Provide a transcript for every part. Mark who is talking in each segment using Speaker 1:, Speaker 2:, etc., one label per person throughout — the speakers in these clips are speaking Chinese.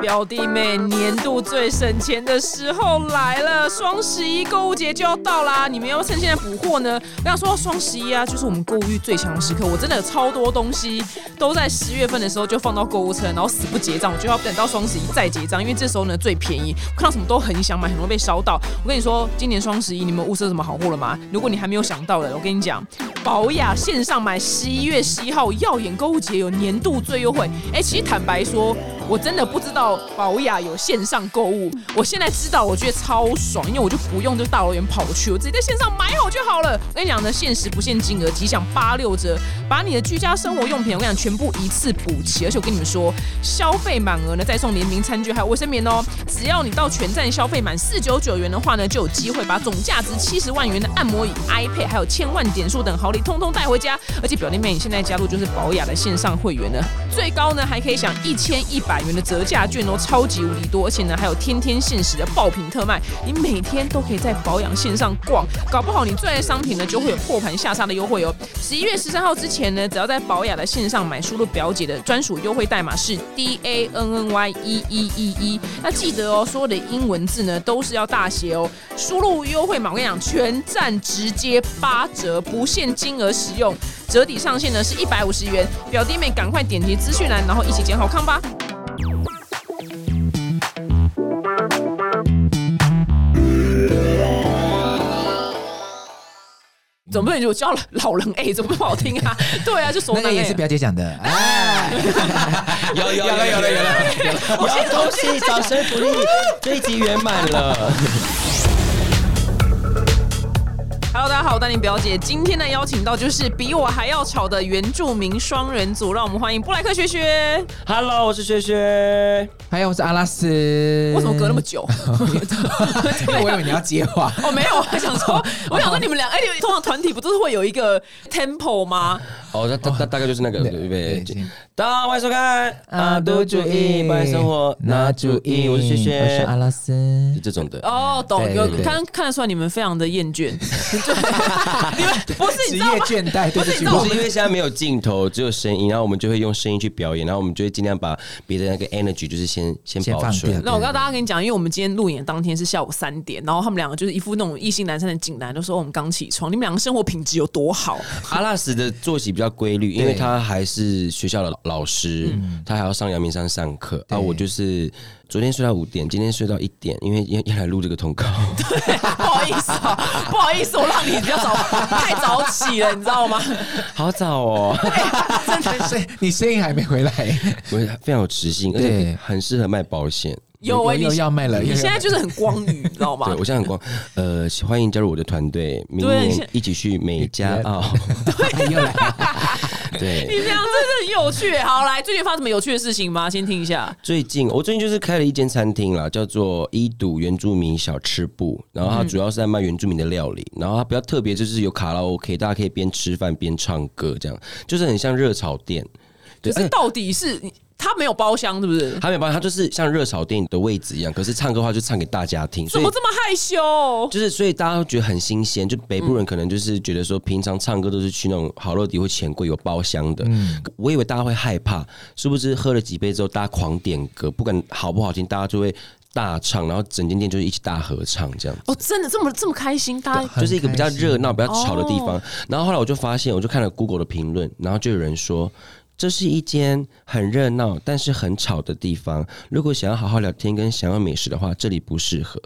Speaker 1: 表弟妹年度最省钱的时候来了，双十一购物节就要到啦！你们要不要趁现在补货呢？那说到双十一啊，就是我们购物欲最强的时刻。我真的有超多东西都在十月份的时候就放到购物车，然后死不结账，我就要等到双十一再结账，因为这时候呢最便宜。我看到什么都很想买，很容易被烧到。我跟你说，今年双十一你们物色什么好货了吗？如果你还没有想到的，我跟你讲，宝雅线上买十一月十一号耀眼购物节有年度最优惠。哎、其实坦白说。我真的不知道宝雅有线上购物，我现在知道，我觉得超爽，因为我就不用就大老远跑去，我直接在线上买好就好了。我跟你讲呢，限时不限金额，即享八六折，把你的居家生活用品，我跟你讲全部一次补齐。而且我跟你们说，消费满额呢再送联名餐具还有卫生棉哦。只要你到全站消费满四九九元的话呢，就有机会把总价值七十万元的按摩椅、iPad 还有千万点数等好礼通通带回家。而且表弟妹，你现在加入就是宝雅的线上会员呢，最高呢还可以享一千一百元的折价券哦，超级无敌多，而且呢还有天天限时的爆品特卖，你每天都可以在保养线上逛，搞不好你最爱的商品呢就会有破盘下杀的优惠哦。十一月十三号之前呢，只要在保雅的线上买，输入表姐的专属优惠代码是 D A N N Y E 一一一一，那记得哦，所有的英文字呢都是要大写哦。输入优惠码，我跟你讲，全站直接八折，不限金额使用，折抵上限呢是一百五十元。表弟妹赶快点击资讯栏，然后一起捡好康吧。总不能我叫老人 A，怎么不好听 啊？对啊，就熟
Speaker 2: 那
Speaker 1: 男 A
Speaker 2: 个也是表姐讲 的，哎，
Speaker 3: 有有有了有了有了，
Speaker 4: 我先恭喜，掌声鼓励，这一集圆满了。
Speaker 1: Hello，大家好，我丹宁表姐。今天呢，邀请到就是比我还要吵的原住民双人组，让我们欢迎布莱克学学。
Speaker 4: Hello，我是薛薛。
Speaker 2: 还有我是阿拉斯，为
Speaker 1: 为什么隔那么？ 久？
Speaker 2: 因为我以为你要接话，
Speaker 1: 哦，没有，我还 想说，我想说你们俩，哎、你们通常团体不都是会有一个 tempo 吗？
Speaker 4: 哦，那大大大概就是那个，对不对
Speaker 2: 对行？
Speaker 4: 大家好欢迎收看《阿
Speaker 2: 啊，
Speaker 4: 多
Speaker 2: 多
Speaker 4: 注意，不爱生活拿主意》，我是薛
Speaker 2: 我是阿
Speaker 4: 薛，
Speaker 2: 拉斯。
Speaker 4: 是这种的。
Speaker 1: 哦，懂，
Speaker 2: 对
Speaker 1: 有
Speaker 2: 对对
Speaker 1: 看看得出来你们非常的厌 倦， 你们不是
Speaker 2: 职
Speaker 1: 你知
Speaker 2: 业
Speaker 1: 道吗？
Speaker 2: 倦怠，对
Speaker 1: 不是
Speaker 2: 不起，
Speaker 1: 你知道我
Speaker 2: 我
Speaker 4: 不是
Speaker 1: 们
Speaker 4: 因为现在没有镜头，只有声音，然后我们就会用声音去表演，然后我们就会尽量把别的那个 energy 就是先先
Speaker 2: 先
Speaker 4: 保
Speaker 2: 放
Speaker 4: 存
Speaker 2: 掉。
Speaker 1: 那我跟大家跟你讲，因为我们今天路演当天是下午三点，然后他们两个就是一副那种异性男生的进来，就说我们刚起床，你们两个生活品质有多好？
Speaker 4: 阿拉斯的作息比较规律，因为他还是学校的老师，他还要上阳明山上课啊。我就是昨天睡到五点，今天睡到一点，因为要要来录这个通告。
Speaker 1: 不好意思啊，不好意思，我让你比较早太早起了，你知道吗？
Speaker 4: 好早哦，
Speaker 2: 是你声音还没回来，
Speaker 4: 我非常有磁性，而
Speaker 2: 对
Speaker 4: 且很适合卖保险。
Speaker 1: 有哎、
Speaker 2: 又
Speaker 1: 你
Speaker 2: 要卖了，
Speaker 1: 你
Speaker 2: 又要
Speaker 1: 现在就是很光宇，你知道
Speaker 4: 对
Speaker 1: 吗
Speaker 4: 我？现在很光，呃，欢迎加入我的团队，明
Speaker 1: 对现
Speaker 4: 年一起去美加哦澳。
Speaker 2: 哎又来，
Speaker 1: 你
Speaker 4: 对，
Speaker 1: 这样真的很有趣。好，来，最近发生什么有趣的事情吗？先听一下。
Speaker 4: 最近我最近就是开了一间餐厅啦，叫做一睹原住民小吃部，然后它
Speaker 1: 嗯
Speaker 4: 主要是在卖原住民的料理，然后它比较特别就是有卡拉 OK，大家可以边吃饭边唱歌，这样就是很像热炒店。对，
Speaker 1: 可
Speaker 4: 而
Speaker 1: 是
Speaker 4: 且
Speaker 1: 到底是他没有包厢，是不是？
Speaker 4: 它没有办法，它就是像热炒店的位置一样，可是唱歌的话就唱给大家听，
Speaker 1: 怎
Speaker 4: 所以
Speaker 1: 么这么害羞？
Speaker 4: 就是，所以大家都觉得很新鲜。就北部人可能就是觉得说，平常唱歌都是去那种好乐迪或钱柜有包厢的。我以为大家会害怕，殊不知喝了几杯之后，大家狂点歌，不管好不好听，大家就会大唱，然后整间店就是一起大合唱这样。
Speaker 1: 哦，真的这么这么开心？大家
Speaker 4: 就是一个比较
Speaker 2: 很开心
Speaker 4: 热闹、比较吵的地方
Speaker 1: 哦。
Speaker 4: 然后后来我就发现，我就看了 Google 的评论，然后就有人说。这是一间很热闹但是很吵的地方。如果想要好好聊天跟享用美食的话，这里不适合。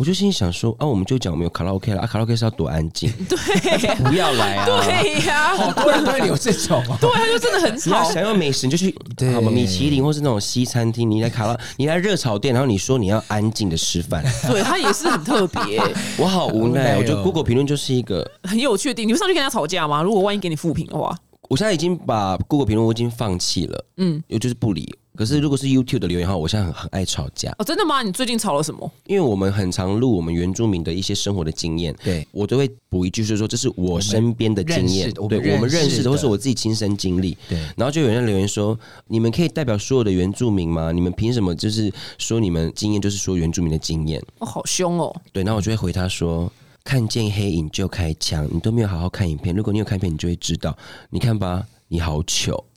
Speaker 4: 我就心里想说，啊，我们就讲我们有卡拉 OK 了，啊，卡拉 OK 是要多安静，
Speaker 1: 对
Speaker 4: 不要来啊。
Speaker 1: 对呀、
Speaker 2: 好多人都会留这种哦。
Speaker 1: 对，他就真的很
Speaker 4: 你要
Speaker 1: 吵。
Speaker 4: 想要美食，你就去
Speaker 2: 对
Speaker 4: 好吧米其林或是那种西餐厅，你来卡拉，你来热炒店，然后你说你要安静的吃饭，
Speaker 1: 对他也是很特 别、
Speaker 4: 我
Speaker 2: 好
Speaker 4: 好无
Speaker 2: 无奈
Speaker 4: 奈。
Speaker 2: 哦
Speaker 4: 我觉得 Google 评论就是一个
Speaker 1: 很有趣的地方。你会上去跟人家吵架吗？如果万一给你负评的话，
Speaker 4: 我现在已经把 Google 评论我已经放弃了，
Speaker 1: 嗯
Speaker 4: 嗯，我就是不理。可是如果是 YouTube 的留言的话，我现在很很爱吵架，
Speaker 1: 哦，真的吗？你最近吵了什么？
Speaker 4: 因为我们很常录我们原住民的一些生活的经验，
Speaker 2: 对
Speaker 4: 我都会补一句，就是说这是我身边的经验，
Speaker 2: 我们认识
Speaker 4: 对我
Speaker 2: 我们
Speaker 4: 们认
Speaker 2: 认识
Speaker 4: 识
Speaker 2: 的
Speaker 4: 的，或是我自己亲身经历。
Speaker 2: 对
Speaker 4: 然后就有人留言说：“你们可以代表所有的原住民吗？你们凭什么就是说你们经验就是说原住民的经验
Speaker 1: 哦，好凶哦！？”
Speaker 4: 对，然后我就会回他说。看见黑影就开枪，你都没有好好看影片。如果你有看片，你就会知道。你看吧，你好糗。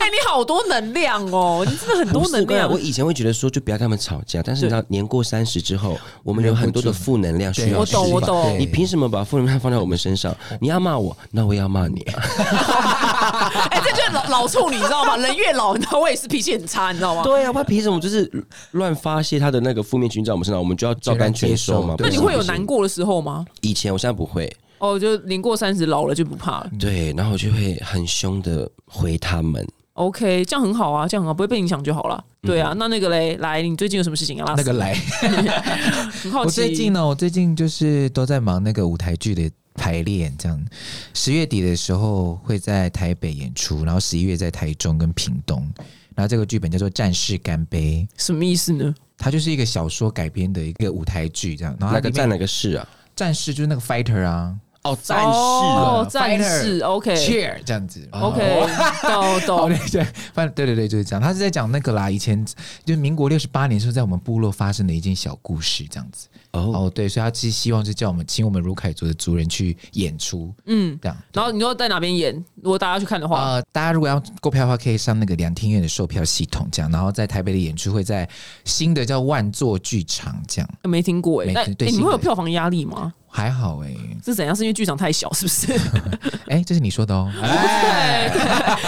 Speaker 1: 哎、你好多能量哦，你真的很
Speaker 4: 不
Speaker 1: 多
Speaker 4: 是
Speaker 1: 能
Speaker 4: 对啊
Speaker 1: 量。
Speaker 4: 我以前会觉得说，就不要跟他们吵架，但是你知道，年过三十之后，我们有
Speaker 2: 忍不
Speaker 4: 很多的
Speaker 2: 住
Speaker 4: 负能量需
Speaker 2: 对
Speaker 4: 要
Speaker 1: 我
Speaker 4: 释
Speaker 1: 懂我
Speaker 4: 放
Speaker 1: 懂
Speaker 2: 对
Speaker 4: 你凭什么把负能量放在我们身上？你要骂我，那我也要骂你啊！
Speaker 1: 哎、这就是老老处女，你知道 吗？人越老，你知道我也是脾气很差，你知道吗？
Speaker 4: 对啊，他凭什么就是乱发泄他的那个负面情绪在我们身上？我们就要照
Speaker 1: 啊
Speaker 4: 单全收嘛？
Speaker 2: 对
Speaker 1: 那你会有难
Speaker 4: 过？
Speaker 1: 过的时候吗？
Speaker 4: 以前我现在不会，
Speaker 1: 哦，就年过三十，老了就不怕了。
Speaker 4: 对，然后我就会很凶的回他们。
Speaker 1: OK，这样很好啊，这样很好，不会被影响就好了。对啊，那那个嘞，来，你最近有什么事情啊？拉斯
Speaker 2: 那个来，
Speaker 1: 很好
Speaker 2: 我
Speaker 1: 奇。
Speaker 2: 最近呢，我最近就是都在忙那个舞台剧的排练，这样。十月底的时候会在台北演出，然后十一月在台中跟屏东。然后这个剧本叫做《战士干杯》，
Speaker 1: 什么意思呢？
Speaker 2: 它就是一个小说改编的一个舞台剧，这样。然后它
Speaker 4: 哪
Speaker 2: 里
Speaker 4: 个
Speaker 2: 面
Speaker 4: 站哪个市啊？
Speaker 2: 战士就是那个 fighter 啊
Speaker 4: 哦，战士
Speaker 1: 哦
Speaker 4: 啊，
Speaker 1: 战
Speaker 2: fighter
Speaker 1: 士，OK，OK，
Speaker 2: ，cheer 这样子。
Speaker 1: 哦懂
Speaker 2: 哦，
Speaker 1: 懂。
Speaker 2: 对对，反正对对对，就是这样。他是在讲那个啦，以前就是民国六十八年时候，在我们部落发生的一件小故事，这样子。
Speaker 4: 哦，
Speaker 2: 哦，对，所以他其实希望是叫我们请我们卢凯族的族人去演出，
Speaker 1: 嗯，
Speaker 2: 这样。
Speaker 1: 然后你说在哪边演？如果大家去看的话，
Speaker 2: 呃，大家如果要购票的话，可以上那个两厅院的售票系统，这样。然后在台北的演出会在新的叫万座剧场，这样
Speaker 1: 没听过哎
Speaker 2: 没。
Speaker 1: 那
Speaker 2: 听对
Speaker 1: 哎你
Speaker 2: 新
Speaker 1: 会有
Speaker 2: 的
Speaker 1: 票房压力吗？
Speaker 2: 还好哎、欸，
Speaker 1: 是怎样？是因为剧场太小，是不 是？
Speaker 2: 哎、这是你说的哦。
Speaker 1: 对，对，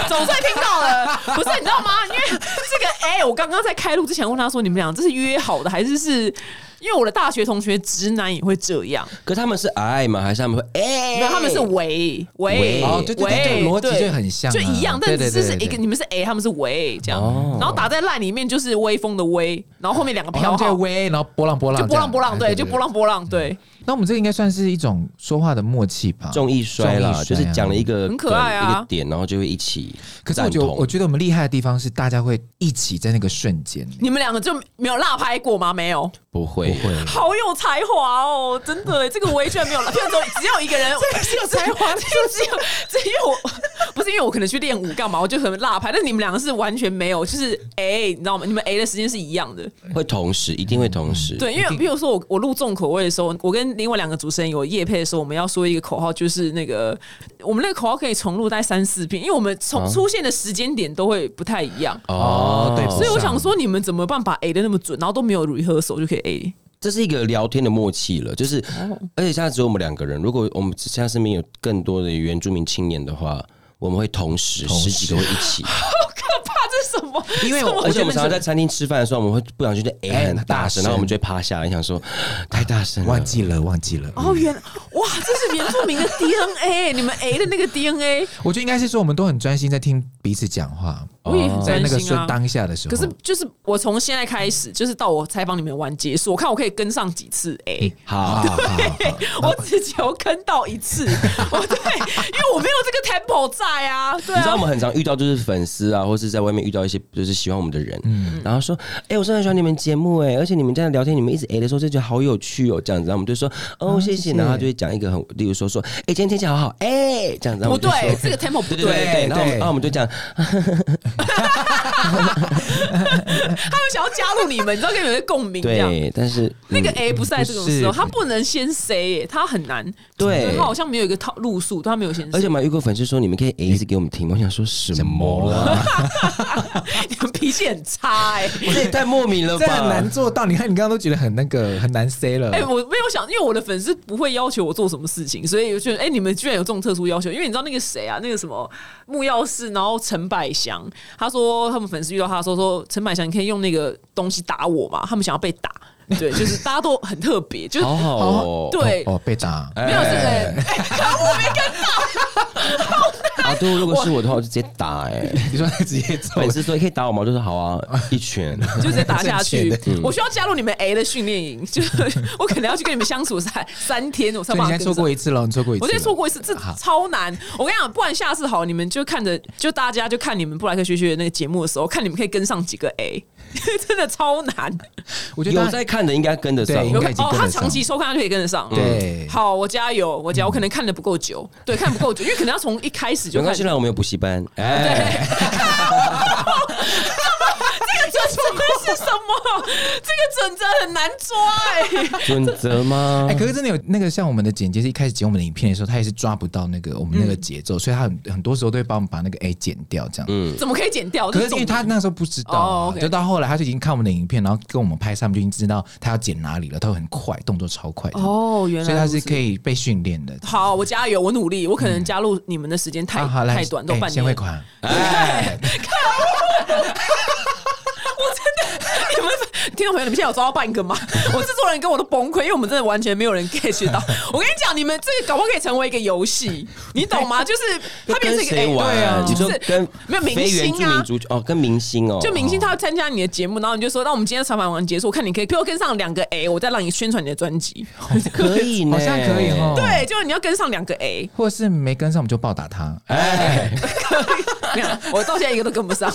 Speaker 1: 总算听到了，不是你知道吗？因为这个， 哎、我刚刚在开录之前问他说，你们俩这是约好的还是是？因为我的大学同学直男也会这样，
Speaker 4: 可他们是爱吗？还是他们会哎？
Speaker 1: 没有，他们是喂喂
Speaker 4: 喂
Speaker 2: 哦对对对
Speaker 1: 喂
Speaker 2: 这个逻辑
Speaker 1: 对
Speaker 2: 就很像啊
Speaker 1: 就一样，但
Speaker 2: 对对
Speaker 1: 只是
Speaker 2: 对
Speaker 1: 一
Speaker 2: 对
Speaker 1: 个
Speaker 2: 对
Speaker 1: 你们是 A，他们是喂这样
Speaker 4: 哦，
Speaker 1: 然后打在烂里面就是微风的微，然后后面两个
Speaker 2: 然
Speaker 1: 飘
Speaker 2: 后在
Speaker 1: 号。
Speaker 2: 微，然后波浪波浪
Speaker 1: 就
Speaker 2: 这
Speaker 1: 波
Speaker 2: 样，
Speaker 1: 浪波浪，
Speaker 2: 哎
Speaker 1: 对，就波。浪波浪，对，
Speaker 2: 那我们这个应该算是一种说话的默契吧？
Speaker 4: 众义衰啦，
Speaker 2: 众
Speaker 4: 就
Speaker 2: 议
Speaker 4: 是
Speaker 2: 衰啊
Speaker 4: 讲了一个
Speaker 1: 很可爱啊
Speaker 4: 梗一个点，然后就会一起
Speaker 2: 可是我
Speaker 4: 赞
Speaker 2: 觉得，
Speaker 4: 同。
Speaker 2: 我觉得我们厉害的地方是大家会一起在那个瞬间，
Speaker 1: 你们两个就没有落拍过吗？没有，
Speaker 4: 不会，
Speaker 2: 不会
Speaker 1: 好有才华哦，真的耶！这个我也居然没有 了，就只有只有一个人，只有才华，就 只有只有我， 不是因为我可能去练舞干嘛，我就很辣拍，但你们两个是完全没有，就是哎、你知道吗？你们 A 的时间是一样的，
Speaker 4: 会同时，一定会同时。
Speaker 1: 嗯对，因为比如说我我录重口味的时候，我跟另外两个主持人有夜配的时候，我们要说一个口号，就是那个我们那个口号可以重录大概三四遍，因为我们从出现的时间点都会不太一样，
Speaker 4: 哦，
Speaker 2: 对
Speaker 1: 所以我想说你们怎么办法 A 的那么准，然后都没有 rehearsal 就可以 A。
Speaker 4: 这是一个聊天的默契了，就是，
Speaker 1: 哦
Speaker 4: 而且现在只有我们两个人。如果我们现在身边有更多的原住民青年的话，我们会同时
Speaker 2: 时
Speaker 4: 十几个会一 起，
Speaker 1: 怕这是什么？
Speaker 2: 因为我
Speaker 4: 而且我
Speaker 2: 觉得
Speaker 4: 们常常在餐厅吃饭的时候，我们会不小心就
Speaker 2: 哎
Speaker 4: 哎很
Speaker 2: 大
Speaker 4: 大
Speaker 2: 声
Speaker 4: 声，然后我们就会趴下来，想说太大声了
Speaker 2: 忘。记了，忘记了。
Speaker 1: 哦，原哇，这是原住民 的 DNA，你们 A 的那个 DNA，
Speaker 2: 我觉得应该是说，我们都很专心在听彼此讲话，哦
Speaker 1: 我也很
Speaker 2: 在
Speaker 1: 专
Speaker 2: 那个
Speaker 1: 心
Speaker 2: 瞬
Speaker 1: 啊。
Speaker 2: 当下的时候。
Speaker 1: 可是，就是我从现在开始，就是到我采访你们完结束，我看我可以跟上几次 A，、
Speaker 4: 嗯好，
Speaker 2: 好好好
Speaker 1: 我只求跟到一 次，我对，因为我没有这个 tempo 在啊，对
Speaker 4: 你知道
Speaker 1: 啊
Speaker 4: 我，们很常遇到就是粉丝啊，或是在外面遇到一些就是喜欢我们的人，然后说，哎、我真的很喜欢你们节目哎，而且你们这样聊天，你们一直哎的时候，就觉得好有趣哦，这样子，然后我们就说，哦，谢谢，然后他就会讲一个很，例如说说，哎、今天天气好好，哎、这样子，然后
Speaker 1: 不
Speaker 4: 我们就说
Speaker 1: 哦对，这个 tempo 不
Speaker 4: 对对对对，然后我们
Speaker 2: 对
Speaker 4: 然后我们就讲，
Speaker 1: 他们想要加入你们，你知道跟你们的共鸣这样。
Speaker 4: 对，但是
Speaker 1: 那个
Speaker 4: 嗯
Speaker 1: A 不是在这种时候，
Speaker 2: 不是
Speaker 1: 他不能先 say，耶他很难。
Speaker 4: 对
Speaker 1: 他好像没有一个套路数，他没有先 say。
Speaker 4: 而且 我们还遇过粉丝说，你们可以哎一直给我们听吗，我想说什么了？
Speaker 1: 你们脾气很差哎、
Speaker 4: 这也太莫名了
Speaker 2: 这很
Speaker 4: 吧
Speaker 2: 难？做到。你看，你刚刚都觉得很那个，很难 say 了。
Speaker 1: 哎、我没有想，因为我的粉丝不会要求我做什么事情，所以我觉得，哎、你们居然有这种特殊要求。因为你知道那个谁啊，那个什么木曜室，然后陈百祥，他说他们粉丝遇到他说说陈百祥，你可以用那个东西打我嘛，他们想要被打，对，就是大家都很特别，就是、
Speaker 4: 好好哦，
Speaker 1: 对。
Speaker 2: 哦，被打。
Speaker 1: 没有这个，哎
Speaker 4: 啊，对，如果是我的话，我就直接打哎、
Speaker 2: 你说他直接 走
Speaker 4: 粉，丝说可以打我吗？我就说好啊，一拳。
Speaker 1: 就直接打下去
Speaker 2: 正确。
Speaker 1: 我需要加入你们 A 的训练营，就是我可能要去跟你们相处三三天，我才
Speaker 2: 所以
Speaker 1: 把
Speaker 2: 你现在做过一次了，你做过一次
Speaker 1: 我
Speaker 2: 了，
Speaker 1: 之前说过一次，这
Speaker 2: 啊
Speaker 1: 超难。我跟你讲，不然下次好，你们就看着，就大家就看你们布莱克学学的那个节目的时候，看你们可以跟上几个 A，真 的超难。
Speaker 2: 我觉得
Speaker 4: 有
Speaker 2: 大家
Speaker 4: 在看的应该跟得上
Speaker 2: 对，应
Speaker 1: 有
Speaker 2: 该已经
Speaker 1: 哦，
Speaker 2: 跟得
Speaker 1: 他
Speaker 2: 上
Speaker 1: 长期收看，他就可以跟得上。
Speaker 2: 对
Speaker 1: 好，我加油，我加油。我可能看的不够久，对，看不够久，因为可能要从一开始就看
Speaker 4: 没关。系啦，我们有补习班。哎，
Speaker 1: 对，这个就是是什 么？这个准则很难抓哎、
Speaker 4: 准则吗
Speaker 2: 哎、？可是真的有那个像我们的剪接是一开始剪我们的影片的时候，他也是抓不到那个我们那个节奏，所以他很很多时候都会帮我们把那个 A 剪掉这样。
Speaker 4: 嗯，
Speaker 1: 怎么可以剪掉？
Speaker 2: 可是
Speaker 1: 这
Speaker 2: 因为
Speaker 1: 种
Speaker 2: 他那时候不知道啊、
Speaker 1: 哦，OK
Speaker 2: 就到后来他就已经看我们的影片，然后跟我们拍摄，他们就已经知道他要剪哪里了，他很快，动作超快的，
Speaker 1: 哦，原来
Speaker 2: 所以他是可
Speaker 1: 以。
Speaker 2: 以被训练的。
Speaker 1: 好，我加油，我努力。我可能加入你们的时间太、
Speaker 2: 啊，好来，
Speaker 1: 太短，都
Speaker 2: 哎
Speaker 1: 半
Speaker 2: 先
Speaker 1: 年。
Speaker 2: 汇款。哎，
Speaker 1: 你们 听众朋友，你们现在有抓到半个吗？我制作人跟我都崩溃，因为我们真的完全没有人 catch 到。我跟你讲，你们这个搞不好可以成为一个游戏，你懂吗？就是它变
Speaker 4: 跟
Speaker 1: 成一个哎
Speaker 4: 谁玩？
Speaker 1: 对啊，
Speaker 4: 你说
Speaker 1: 就是
Speaker 4: 跟
Speaker 1: 没有明
Speaker 4: 非原
Speaker 1: 星
Speaker 4: 住民
Speaker 1: 啊。
Speaker 4: 族哦，跟明星哦，
Speaker 1: 就明星他会参加你的节目，然后你就说，那我们今天采访完结束，我看你可以给我跟上两个 A，我再让你宣传你的专 辑。
Speaker 4: 可以呢，
Speaker 2: 好像可以哦。，
Speaker 1: 对，就是你要跟上两个 A，
Speaker 2: 或是没跟上我们就暴打他。
Speaker 4: 哎，
Speaker 1: 没有，我到现在一个都跟不上，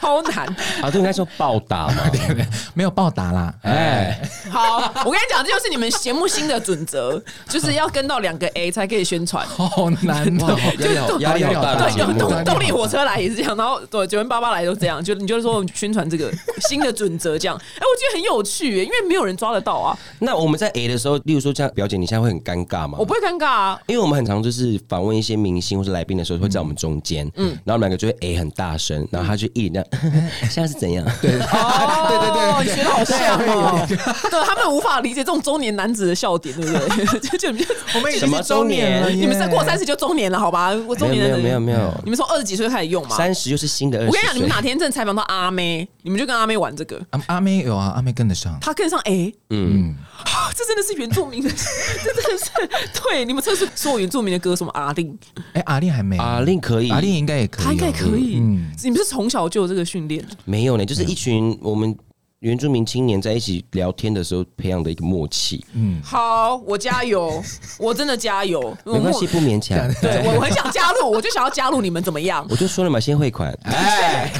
Speaker 1: 超难。
Speaker 4: 啊，对，应该说暴打嘛，
Speaker 2: 没有暴打啦，
Speaker 4: 哎，
Speaker 1: 好，我跟你讲，这就是你们节目新的准则，就是要跟到两个 A 才可以宣传。
Speaker 2: 好难哦，
Speaker 4: 力好压力
Speaker 2: 啊
Speaker 4: 好大的
Speaker 1: 对，
Speaker 4: 节
Speaker 1: 动
Speaker 4: 目
Speaker 1: 动动力火车来也是这样，然后对九零八八来都这样，就你就是说我们宣传这个 新的准则这样，哎、我觉得很有趣、耶，因为没有人抓得到啊，
Speaker 4: 那我们在 A 的时候，例如说像表姐，你现在会很尴尬吗？
Speaker 1: 我不会尴尬啊，
Speaker 4: 因为我们很常就是访问一些明星或是来宾的时候，会在我们中间，嗯，然后我们两个就会 A 很大声，然后他就一脸这样，
Speaker 1: 嗯
Speaker 4: 现在是怎样？对，
Speaker 1: 哦，对对对，你学的好像
Speaker 2: 对
Speaker 1: 哦，对他们无法理解这种中年男子的笑点，对不对？ 就就你们就
Speaker 2: 我们已
Speaker 4: 什
Speaker 2: 经
Speaker 4: 么
Speaker 2: 是中年了耶，
Speaker 1: 你们再过三十就中年了，好吧？我中
Speaker 4: 没
Speaker 1: 年
Speaker 4: 有
Speaker 1: 人
Speaker 4: 没有没有没有，
Speaker 1: 你们从二十几岁开始用嘛？
Speaker 4: 三十又是新的二十。
Speaker 1: 我跟你讲，你们哪天真的采访到阿妹，你们就跟阿妹玩这个。
Speaker 2: 阿阿妹有啊，阿妹跟得上。
Speaker 1: 她跟上哎、
Speaker 4: 嗯，
Speaker 1: 啊这真的是原住民的， 这真的是对你们测试所有原住民的歌，什么阿令，
Speaker 2: 哎，阿令还没，
Speaker 4: 阿令可以，
Speaker 2: 阿令应该也可以哦，
Speaker 1: 她应该可以。
Speaker 2: 嗯，
Speaker 1: 你们是从小就有这个训练，
Speaker 4: 没有呢，就是一群我们原住民青年在一起聊天的时候培养的一个默契。
Speaker 1: 好，我加油， 我真的加油，
Speaker 4: 嗯没关系，
Speaker 1: 我。
Speaker 4: 不勉强。
Speaker 1: 对，我我很想加入，我就想要加入你们，怎么样？
Speaker 4: 我就说了嘛，先汇款，哎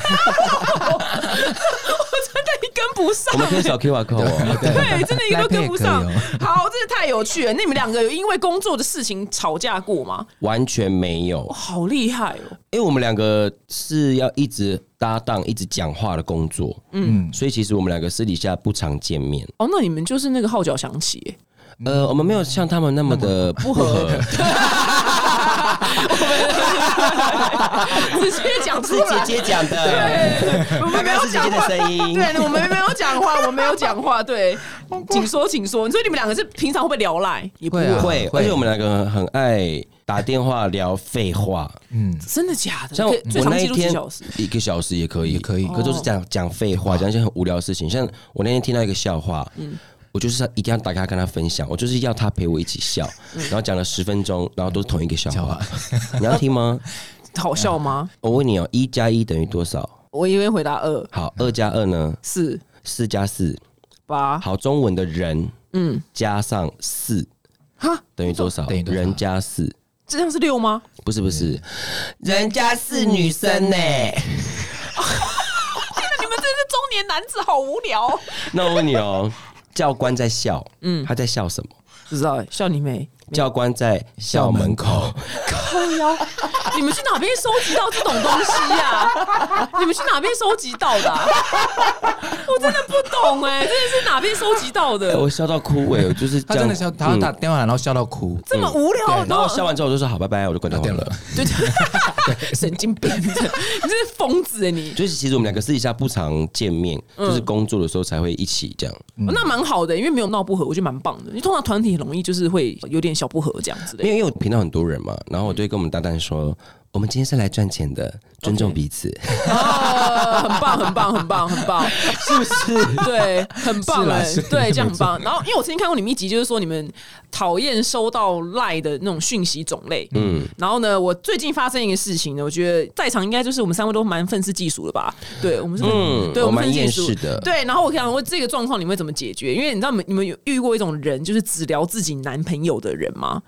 Speaker 1: 但你跟不上
Speaker 4: 我，们可以扫 QR code 哦。
Speaker 1: 对，真的一个都跟不上
Speaker 2: Line Pay 也可。
Speaker 1: 好，真的太有趣了。那你们两个有因为工作的事情吵架过吗？
Speaker 4: 完全没有
Speaker 1: 哇，，好厉害哦！
Speaker 4: 因为我们两个是要一直搭档、一直讲话的工作，嗯，所以其实我们两个私底下不常见面。
Speaker 1: 哦，那你们就是那个号角响起耶，
Speaker 4: 呃，我们没有像他们那么的不合，
Speaker 1: 直接讲出来。
Speaker 4: 姐讲 的，
Speaker 1: 我们没有讲话，
Speaker 4: 声音
Speaker 1: 对，我们没有讲话，我们没有讲话，对，请说，请说。所以你们两个是平常会不会聊赖？也不
Speaker 2: 会啊
Speaker 4: 会，
Speaker 2: 会
Speaker 4: 而且我们两个很爱打电话聊废话，
Speaker 1: 真的假的？
Speaker 4: 像
Speaker 1: 可以最
Speaker 4: 我
Speaker 1: 长
Speaker 4: 那
Speaker 1: 记
Speaker 4: 一
Speaker 1: 录几
Speaker 4: 天
Speaker 1: 小时？哦
Speaker 4: 一个小时也可以，
Speaker 2: 也可以
Speaker 4: 可都是讲讲废话，讲一些很无聊的事情。像我那天听到一个笑话，
Speaker 1: 嗯
Speaker 4: 我就是一定要打开跟他分享，我就是要他陪我一起笑，
Speaker 1: 嗯
Speaker 4: 然后讲了十分钟，然后都是同一个笑话。 你要听吗？
Speaker 1: 好笑吗？
Speaker 4: 我问你哦，一加一等于多少？
Speaker 1: 我因为回答二
Speaker 4: 好，二加二呢？
Speaker 1: 四
Speaker 4: 四加四。
Speaker 1: 八，
Speaker 4: 好，中文的人
Speaker 1: 嗯，
Speaker 4: 加上四
Speaker 1: 哈，
Speaker 4: 等于多少？
Speaker 2: 等于多少
Speaker 4: 人加四。
Speaker 1: 这样是六吗？
Speaker 4: 不是不是，
Speaker 2: 嗯
Speaker 4: 人家是女生呢、
Speaker 1: 你们真是中年男子，好无聊哦。
Speaker 4: 那我问你哦，教官在笑，嗯，他在笑什么？
Speaker 1: 不知道欸笑你 妹，
Speaker 4: 教官在校门口，
Speaker 1: 靠腰！你们去哪边收集到这种东西呀、你们去哪边收集到 的啊、我真的不懂哎、这是哪边收集到
Speaker 4: 哎
Speaker 1: 的？
Speaker 4: 我笑到哭哎、我 就是
Speaker 2: 他
Speaker 4: 这样
Speaker 2: 真的笑，他打
Speaker 4: 嗯
Speaker 2: 电话来然后笑到哭，
Speaker 1: 这么无聊，
Speaker 2: 对
Speaker 4: 然后
Speaker 1: 然
Speaker 4: 我
Speaker 1: 后
Speaker 4: 笑完之后我就说好拜拜，我就关
Speaker 2: 打
Speaker 4: 掉
Speaker 2: 电话
Speaker 4: 了
Speaker 2: 了。。
Speaker 1: 对对， 神经病，你真是疯子哎、你！
Speaker 4: 就是其实我们两个私底下不常见面，就是工作的时候才会一起这样。
Speaker 1: 哦那蛮好的、因为没有闹不和，我觉得蛮棒的。因为通常团体很容易就是会有点小不和这样子的
Speaker 4: 没。有，因为我频道很多人嘛，然后我就会跟我们搭档说，我们今天是来赚钱的，尊重彼此。
Speaker 1: 哦，很棒，很棒，很棒，很棒，是不是？对，很棒
Speaker 2: 是啦
Speaker 1: 哎、
Speaker 2: 是
Speaker 1: 对，这样很棒。然后，因为我曾经看过你们一集，就是说你们讨厌收到赖的那种讯息种类。嗯，然后呢，我最近发生一个事情呢，我觉得在场应该就是我们三位都蛮愤世嫉俗的吧？对，我们是，
Speaker 4: 嗯
Speaker 1: 对，
Speaker 4: 我
Speaker 1: 们
Speaker 4: 蛮
Speaker 1: 愤世嫉
Speaker 4: 厌
Speaker 1: 俗
Speaker 4: 世的
Speaker 1: 对，然后我想问这个状况你们会怎么解决？因为你知道你们你们有遇过一种人，就是只聊自己男朋友的人吗？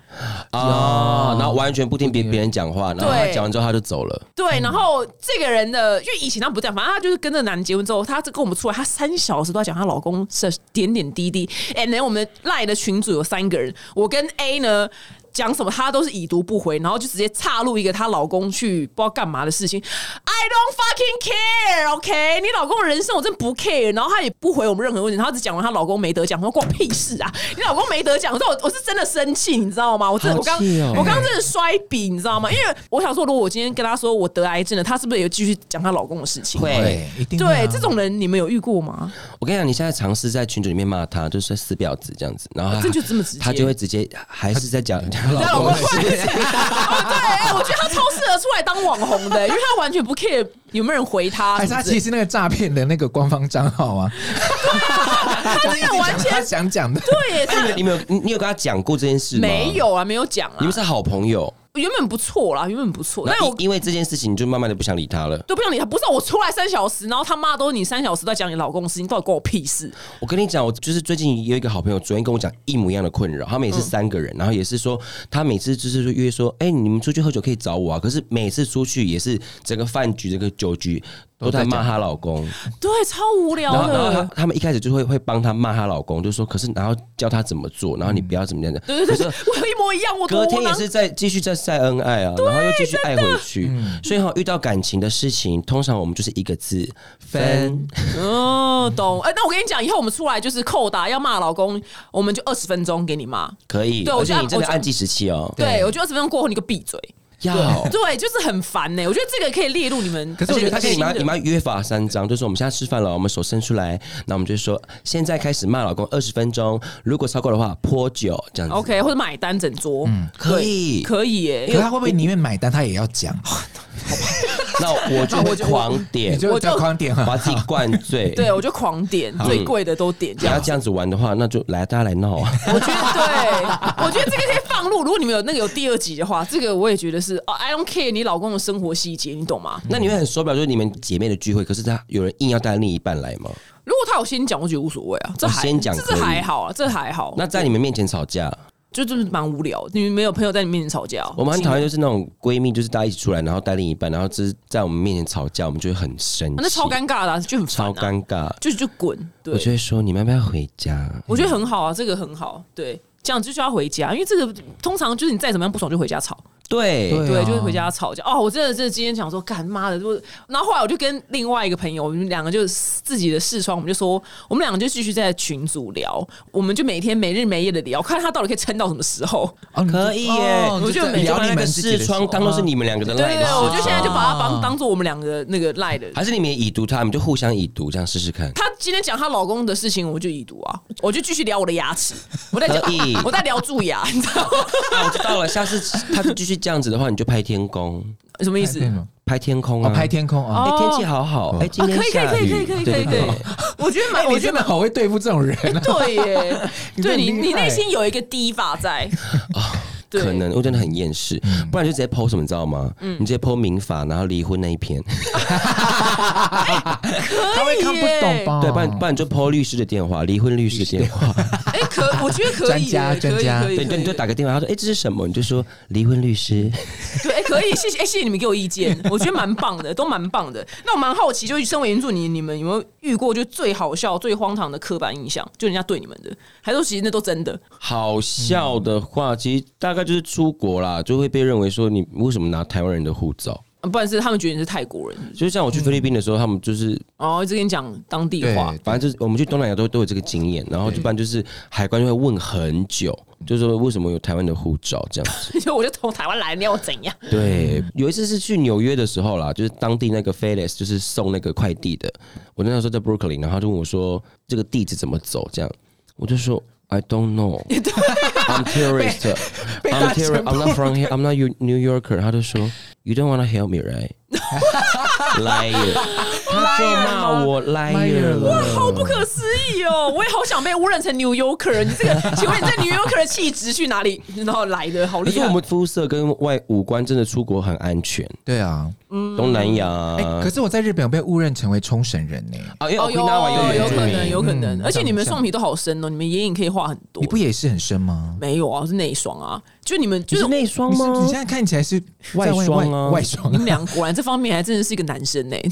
Speaker 4: 啊， 然后完全不听别别人讲话，然后他讲完之后他就走了。
Speaker 1: 对，然后这个人的，因为以前他不这样，反正他就是跟这个男人结婚之后，他这跟我们出来，他三小时都在讲她老公的点点滴滴。哎，然后我们赖的群主有三个人，我跟 A 呢。讲什么她都是已读不回，然后就直接岔入一个她老公去不知道干嘛的事情。哎 don't fucking care，OK？、你老公的人生我真不 care，然后她也不回我们任何问题，她只讲完她老公没得奖，我说关我屁事啊！你老公没得奖，我说我我是真的生气，你知道吗？我真的我刚、
Speaker 4: 好气哦
Speaker 1: 我刚刚真的摔笔，你知道吗？因为我想说，如果我今天跟她说我得癌症了，她是不是也继续讲她老公的事情？
Speaker 2: 对
Speaker 4: 会。，
Speaker 2: 一定会啊
Speaker 1: 对，这种人你们有遇过吗？
Speaker 4: 我跟你讲，你现在尝试在群组里面骂他，就是死婊子这样子，然后他
Speaker 1: 这就这么直接
Speaker 4: 他就会直接还是在讲讲
Speaker 1: 对啊， 老
Speaker 4: 老公
Speaker 1: 公坏
Speaker 4: 的事。
Speaker 1: 人。哦，对，哎，我觉得他超适合出来当网红的，因为他完全不 care 有没有人回他，
Speaker 2: 还是他
Speaker 1: 是不是
Speaker 2: 其实是那个诈骗的那个官方账号啊，
Speaker 1: 他真的完
Speaker 2: 他
Speaker 1: 全
Speaker 2: 想讲的。
Speaker 1: 对耶，他
Speaker 4: 哎你们你们有你你有跟他讲过这件事吗？
Speaker 1: 没，有啊，没有讲
Speaker 4: 你
Speaker 1: 啊
Speaker 4: 们，是好朋友。
Speaker 1: 原本不错啦，原本不错，
Speaker 4: 那
Speaker 1: 但我
Speaker 4: 因因为这件事情，你就慢慢的不想理他了。
Speaker 1: 都不想理他，不是啊我出来三小时，然后他妈都是你三小时都在讲你老公的事情，到底关我屁 事？
Speaker 4: 我跟你讲，我就是最近有一个好朋友，昨天跟我讲一模一样的困扰。他们
Speaker 1: 嗯
Speaker 4: 也是三个人，然后也是说，他每次就是说约说，哎、你们出去喝酒可以找我啊。可是每次出去也是整个饭局、这个酒局都在骂她老公。
Speaker 1: 对，超无聊
Speaker 4: 然后，然后他
Speaker 1: 的。
Speaker 4: 他们一开始就会会帮她骂她老公，就说，可是然后教她怎么做，然后你不要怎么样的。
Speaker 1: 对对对， 我一模一样，我多
Speaker 4: 隔天也
Speaker 1: 囊
Speaker 4: 是在继续在晒恩爱啊，然后又继续爱回去。所以哈，遇到感情的事情，通常我们就是一个字分。
Speaker 1: 嗯，懂。哎，那我跟你讲，以后我们出来就是扣打，要骂老公，我们就二十分钟给你骂。
Speaker 4: 可以，
Speaker 1: 对我
Speaker 4: 而
Speaker 1: 觉
Speaker 4: 且
Speaker 1: 得
Speaker 4: 你真
Speaker 1: 我
Speaker 4: 的
Speaker 1: 觉得
Speaker 4: 按计时器哦。
Speaker 1: 对，我觉得二十分钟过后你就闭嘴。
Speaker 4: 要。
Speaker 1: 对，就是很烦呢、我觉得这个可以列入你们。
Speaker 2: 可是我觉得他
Speaker 4: 而且你
Speaker 1: 新
Speaker 4: 们
Speaker 1: 的
Speaker 4: 要你们要约法三章，就是我们现在吃饭了，我们手伸出来，那我们就说现在开始骂老公二十分钟，如果超过的话泼酒这样子。
Speaker 1: OK，或者买单整桌，
Speaker 4: 可
Speaker 1: 对
Speaker 4: 以
Speaker 1: 可以耶、
Speaker 2: 嗯
Speaker 1: 因
Speaker 2: 可是
Speaker 1: 为
Speaker 2: 他会不会宁愿买单，他也要讲？
Speaker 4: 那我就会狂
Speaker 2: 你
Speaker 4: 点，
Speaker 2: 就
Speaker 1: 我就
Speaker 2: 叫狂点啊哈
Speaker 4: 把。自己灌醉。
Speaker 1: 对我就狂点最贵的都点这
Speaker 4: 你要
Speaker 1: 样。
Speaker 4: 这样子玩的话，那就来大家来闹 啊！
Speaker 2: 嗯
Speaker 1: 我觉得对，我觉得这个可以放入。如果你们有那个有第二集的话，这个我也觉得是哦，I don't care 你老公的生活细节，你懂吗？
Speaker 4: 那你会很受不了，就是你们姐妹的聚会，可是她有人硬要带另一半来 吗？
Speaker 1: 如果他有先讲，我觉得无所谓啊，这
Speaker 2: 哦
Speaker 1: 还
Speaker 4: 先讲
Speaker 1: 这
Speaker 4: 可以
Speaker 1: 这还好啊，这还好。
Speaker 4: 那在你们面前吵架，
Speaker 1: 就就是蛮无聊，你们没有朋友在你面前吵架哦，
Speaker 4: 我们很讨厌就是那种闺蜜，就是大家一起出来，然后带另一半，然后就是在我们面前吵架，我们就会很生气，
Speaker 1: 那超尴尬的啊、就很烦
Speaker 4: 超
Speaker 1: 啊
Speaker 4: 尴尬。
Speaker 1: 就就滚。对，
Speaker 4: 我就会说你们要不要回家？
Speaker 1: 我觉得很好啊，这个很好，对，这样就是要回家，因为这个通常就是你再怎么样不爽就回家吵，
Speaker 4: 对，
Speaker 2: 对
Speaker 1: 对，
Speaker 2: 啊
Speaker 1: 就会回家吵架。哦，我真的真的今天想说，干妈的，就然后后来我就跟另外一个朋友，我们两个就自己的视窗，我们就说，我们两个就继续在群组聊，我们就每天没日没夜的聊，看他到底可以撑到什么时候。
Speaker 2: 哦
Speaker 4: 可以耶
Speaker 2: 哦
Speaker 1: 我觉得
Speaker 2: 就
Speaker 1: 每
Speaker 4: 聊
Speaker 2: 聊你
Speaker 4: 你们
Speaker 2: 们自己
Speaker 4: 视
Speaker 2: 的
Speaker 4: 窗，当做是你们两个的
Speaker 1: 对
Speaker 4: 赖
Speaker 1: 对对，
Speaker 4: 的，
Speaker 1: 我就现在就把它当当做我们两个那个赖的。
Speaker 4: 还是你们也已读他，你们就互相已读，这样试试看。
Speaker 1: 她今天讲她老公的事情，我就已读啊，我就继续聊我的牙齿，我在讲
Speaker 4: 可以，
Speaker 1: 我在聊蛀牙， 你知道吗？
Speaker 4: 啊，我知道了，下次他就继续这样子的话，你就拍天宫，
Speaker 1: 什么意思？
Speaker 2: 哎
Speaker 4: 拍天空
Speaker 2: 我
Speaker 4: 啊，
Speaker 2: 哦拍天空啊！
Speaker 4: 哎，天气好好，哎，今
Speaker 1: 啊，可以
Speaker 4: 天
Speaker 1: 可以
Speaker 4: 下
Speaker 1: 可以
Speaker 4: 雨，
Speaker 1: 可以可以可以可以，我觉得蛮，
Speaker 2: 哎
Speaker 1: 我觉得
Speaker 2: 你真
Speaker 1: 蛮
Speaker 2: 的好会对付这 种人啊！
Speaker 1: 对耶，
Speaker 2: 你
Speaker 1: 对
Speaker 2: 真的
Speaker 1: 你
Speaker 2: 厉害哦
Speaker 1: 你内心有一个低法在，对嗯
Speaker 4: 可能我真的很厌世，不然就直接 PO 什么，你知道吗？你直接 PO 民法，然后离婚那一篇，
Speaker 2: 他会看不懂吧？
Speaker 4: 对，不然不然就 PO 律师的电话，离婚律师的电话，
Speaker 1: 哎，可我觉得可以耶，
Speaker 2: 专家专家
Speaker 1: 可以可
Speaker 4: 对，
Speaker 1: 以可
Speaker 4: 对，
Speaker 1: 以
Speaker 4: 你就打个电话，他说，哎，这是什么？你就说离婚律师，
Speaker 1: 对，哎，可以，谢谢，哎，谢谢你们给我意 见，我觉得蛮棒的，都蛮棒的。那我蛮好奇，就是身为原著你，你们有没有遇过就最好笑、最荒唐的刻板印象？就人家对你们的，还说其实那都真的，
Speaker 4: 好笑的话，其实大概就是出国啦，就会被认为说你为什么拿台湾人的护照？
Speaker 1: 不然是他们觉得你是泰国人。
Speaker 4: 就像我去菲律宾的时候，他们就是
Speaker 1: 哦，一直跟你讲当地话
Speaker 2: 对，
Speaker 4: 反正就是我们去东南亚都都有这个经验，然后一般就是海关就会问很久，就说为什么有台湾的护照这样 子。
Speaker 1: 就我就从台湾来，你要我怎样？
Speaker 4: 对，有一次是去纽约的时候啦，就是当地那个 FedEx 就是送那个快递的，我那时候在 Brooklyn，然后他就问我说这个地址怎么走这样，我就说 I don't know。I'm tourist.
Speaker 2: 被
Speaker 4: I'm
Speaker 2: 大家
Speaker 4: tourist. I'm not from here. I'm not you- New Yorker. 他就说 You don't wanna help me, right? liar. 他就骂我 liar 了。
Speaker 1: 好不可思议哦！我也好想被污染成 New Yorker。你这个，请问你这 New Yorker 的气质去哪里？然后来的好
Speaker 4: 可
Speaker 1: 厉
Speaker 4: 是
Speaker 1: 害
Speaker 4: 我。们肤色跟外五官真的出国很安全，
Speaker 2: 对
Speaker 1: 呃
Speaker 2: 啊，
Speaker 1: 嗯
Speaker 4: 东南亚
Speaker 2: 哎，
Speaker 4: 啊
Speaker 2: 可，是我在日本有被误认成为冲绳人呢。
Speaker 4: 啊因为
Speaker 1: 哦，
Speaker 4: 我
Speaker 1: 有
Speaker 4: 听他玩
Speaker 1: 有
Speaker 4: 有
Speaker 1: 有可能，有可能，
Speaker 2: 嗯
Speaker 1: 而且你们双皮都好深哦，你们眼影可以画很多
Speaker 2: 你。不也是很深吗？
Speaker 1: 没有啊，是内双啊，就你们就
Speaker 4: 就是是内双
Speaker 2: 你是你
Speaker 4: 吗
Speaker 2: 现？在看起来是
Speaker 4: 外
Speaker 2: 在
Speaker 4: 双啊
Speaker 2: 外外双
Speaker 1: 你们俩果然这方面还真的是一个男生呢、 对，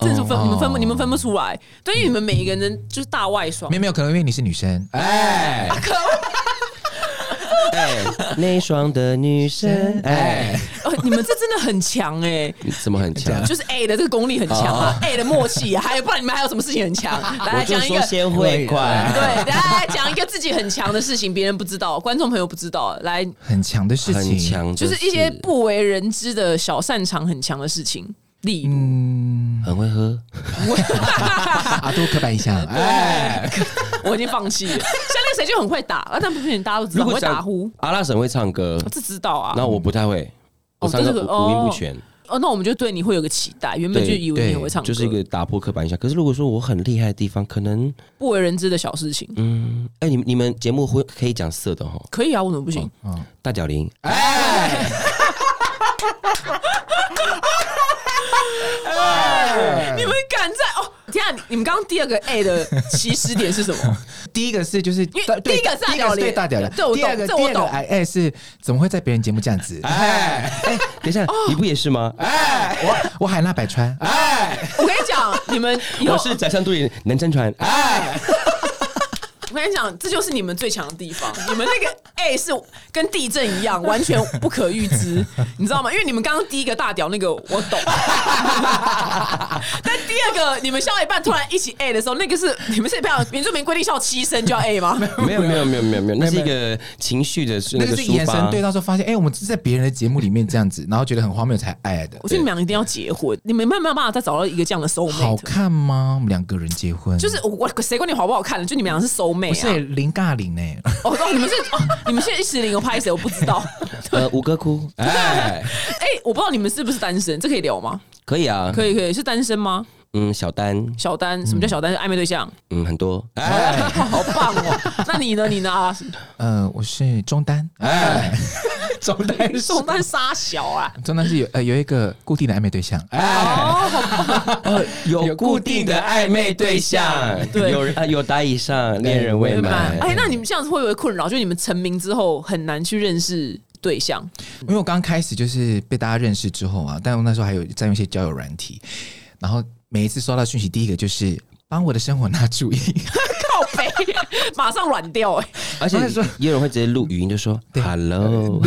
Speaker 1: 真的是分、
Speaker 2: 哦
Speaker 1: 你们分不你们分不出来，对，因为你们每一个人就是大外双啊
Speaker 2: 没有，没有，可能因为你是女生。哎，
Speaker 1: 可恶！
Speaker 4: 哎，内双的女生，哎，
Speaker 1: 哦，你们这真的很强哎、
Speaker 4: 怎么很强？
Speaker 1: 就是 A 的这个功力很强 啊、a 的默契、啊，还有不然你们还有什么事情很强？
Speaker 4: 哦 我
Speaker 1: 来
Speaker 4: 就
Speaker 1: 讲一
Speaker 4: 说
Speaker 1: 个，
Speaker 4: 先会快，
Speaker 1: 对，来讲一个自己很强的事情，别人不知道，观众朋友不知道，来，
Speaker 2: 很强的事
Speaker 4: 很
Speaker 2: 情，
Speaker 4: 强，
Speaker 1: 就是一些不为人知的小擅长很强的事情，例
Speaker 4: 嗯
Speaker 1: 如。
Speaker 4: 很会喝，
Speaker 2: 阿嗯啊多刻板 印象，哎，
Speaker 1: 我已经放弃了。 像那个谁就很会打，啊，但不是大家都知道很会
Speaker 4: 讲
Speaker 1: 打呼，
Speaker 4: 阿拉神会唱歌，
Speaker 1: 我是知道啊。
Speaker 4: 那我不太会，我唱歌
Speaker 1: 这
Speaker 4: 五
Speaker 1: 是个哦
Speaker 4: 五音不全，
Speaker 1: 哦，那我们就对你会有个期待，原本就
Speaker 4: 对
Speaker 1: 以为你很会唱歌，
Speaker 4: 就是一个打破刻板印象。可是如果说我很厉害的地方，可能
Speaker 1: 不为人知的小事情。
Speaker 4: 嗯，哎，你们你们节目会可以讲色的哈，
Speaker 1: 可以啊，我怎么
Speaker 4: 哦
Speaker 1: 不行？
Speaker 4: 大脚铃，
Speaker 1: 哎你们敢在哦？天啊，你你们刚刚第二个 A 的起始点是什么？
Speaker 2: 第一个是就是
Speaker 1: 为
Speaker 2: 大对
Speaker 1: 第一个是大
Speaker 2: 第
Speaker 1: 屌
Speaker 2: 对
Speaker 1: 脸
Speaker 2: 大屌脸，
Speaker 1: 这我懂
Speaker 2: 第二个
Speaker 1: 这我
Speaker 2: 第二个
Speaker 1: 懂
Speaker 2: 哎哎是怎么会在别人节目这样子？哎
Speaker 4: 哎，等一下，
Speaker 1: 哦
Speaker 4: 你不也是吗？
Speaker 2: 哎，我 我海纳百川，哎
Speaker 1: 我跟你讲，你们以后
Speaker 4: 我是宅上杜里南山传，
Speaker 2: 哎，
Speaker 1: 我跟你讲，这就是你们最强的地方。你们那个 A 是跟地震一样，完全不可预知， 你知道吗？因为你们刚刚第一个大屌那个我懂，但第二个你们笑到一半突然一起 A 的时候，那个是你们是不要原住民规定笑七声就要 A 吗？
Speaker 4: 没有没有没有没有没有，那是一个情绪的
Speaker 2: 那
Speaker 4: 那
Speaker 2: 个
Speaker 4: 个
Speaker 2: 是
Speaker 4: 抒
Speaker 2: 眼神
Speaker 4: 发
Speaker 2: 对。到时候发现，哎，我们是在别人的节目里面这样子，然后觉得很荒谬才爱的
Speaker 1: 我，觉得你们俩一定要结婚，你们没有没有办法再找到一个这样的 soul
Speaker 2: 好
Speaker 1: mate。
Speaker 2: 看吗？我们两个人结婚，
Speaker 1: 就是我谁管你好不好看了，就你们俩是 soul 妹
Speaker 2: 不
Speaker 1: 啊
Speaker 2: 是！零尬零呢？
Speaker 1: 哦，哦你们是哦，你们现在一时零有拍谁？我不知道。
Speaker 4: 呃，五哥哭，哎，
Speaker 1: 哎、我不知道你们是不是单身，这可以聊吗？
Speaker 4: 可以啊，
Speaker 1: 可以可以，是单身吗？
Speaker 4: 嗯，小丹，
Speaker 1: 小丹，什么叫小丹？是暧昧对象？
Speaker 4: 嗯，很多，
Speaker 1: 哎 好棒哦！那你呢？你呢？ 啊，
Speaker 2: 呃，我是中单，
Speaker 4: 啊
Speaker 2: 哎，中单是
Speaker 1: 宋丹沙小啊，
Speaker 2: 中单是有呃有一个固定的暧昧对象，哎，
Speaker 4: 有
Speaker 2: 固定的
Speaker 4: 暧昧对象，
Speaker 1: 对
Speaker 4: 有人啊有答以上，恋人未
Speaker 1: 对吧
Speaker 4: 满？，
Speaker 1: 哎，那你们这样子会不会困扰？就你们成名之后很难去认识对象，
Speaker 2: 因为我刚开始就是被大家认识之后啊，但我那时候还有在用一些交友软体，然后每一次收到讯息，第一个就是帮我的生活拿主意，
Speaker 1: 靠背， 马上软掉哎。
Speaker 4: 而且也有人会直接录语音就说 “hello”，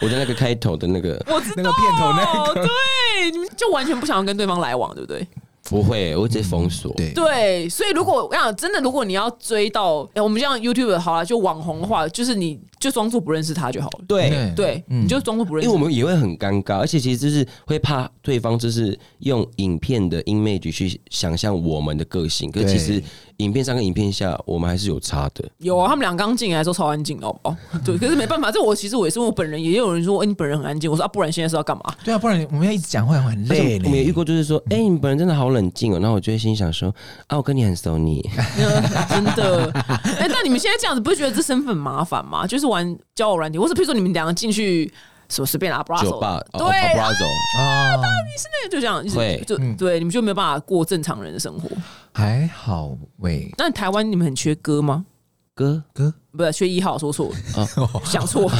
Speaker 4: 我的那个开头的那个
Speaker 1: 我知道
Speaker 2: 那个片头那个
Speaker 1: 对，你们就完全不想要跟对方来往，对不对？
Speaker 4: 不会，我会直接封锁。
Speaker 2: 对，
Speaker 1: 对，所以如果我跟你讲真的，如果你要追到，哎、我们这样 YouTube 好了，就网红化，就是你就装作不认识他就好了。
Speaker 4: 对
Speaker 2: 对，嗯
Speaker 1: 对，你就装作不认
Speaker 4: 因为
Speaker 1: 识
Speaker 4: 我们也会很尴尬，而且其实就是会怕对方就是用影片的 image 去想象我们的个性，可是
Speaker 2: 对
Speaker 4: 其实影片上跟影片下我们还是有差的。
Speaker 1: 有啊，他们俩刚进来的时候超安静的，哦哦，对，可是没办法，这我其实我也是，我本人也有人说，哎、你本人很安静，我说啊，不然现在是要干嘛？
Speaker 2: 对啊，不然我们要一直讲话很
Speaker 4: 而且
Speaker 2: 累
Speaker 4: 我们也遇
Speaker 2: 呢。
Speaker 4: 过，就是说，哎、你本人真的好冷静哦。然后我就会心想说，啊，我跟你很熟你，
Speaker 1: 真的，哎、那你们现在这样子，不是觉得这身份很麻烦吗？就是玩交友软体，或者譬如说你们两个进去什么随便拿 b r a
Speaker 4: 酒吧哦
Speaker 1: 对，
Speaker 4: 哦
Speaker 1: 啊
Speaker 4: ，Abrazo
Speaker 2: 哦，
Speaker 1: 那就这样，一直
Speaker 4: 会
Speaker 1: 就
Speaker 2: 嗯
Speaker 1: 对，你们就没有办法过正常人的生活。
Speaker 2: 还好喂，
Speaker 1: 那台湾你们很缺歌吗？
Speaker 4: 哥
Speaker 2: 哥
Speaker 1: 不是缺一号，说错了， 想错，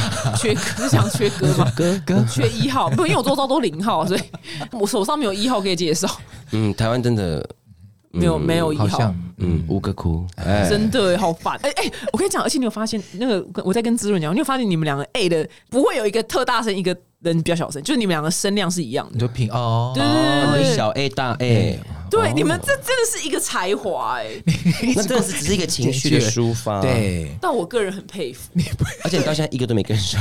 Speaker 1: 缺是想缺歌吗？
Speaker 4: 哥，
Speaker 2: 哥，
Speaker 1: 缺一号，不，因为我周遭都零号，所以我手上没有一号可以介绍，
Speaker 4: 嗯，台湾真的
Speaker 1: 没有没有一
Speaker 2: 好
Speaker 1: 号
Speaker 2: 像。
Speaker 4: 嗯，五个哭，哎、
Speaker 1: 真的耶好烦！哎、哎、我跟你讲，而且你有发现那个，我在跟滋润讲，你有发现你们两个 A 的不会有一个特大声，一个人比较小声，就是你们两个声量是一样
Speaker 2: 你
Speaker 1: 的。
Speaker 2: 就拼哦，
Speaker 1: 对
Speaker 4: 哦，
Speaker 1: 对
Speaker 4: 你
Speaker 1: 嗯对对
Speaker 4: 小 A 大 A，
Speaker 1: 对，你们这真的是一个才华哎、
Speaker 4: 那真的是只是一个情绪的抒发，，
Speaker 2: 对，
Speaker 1: 但我个人很佩服。
Speaker 4: 而且你到现在一个都没跟上，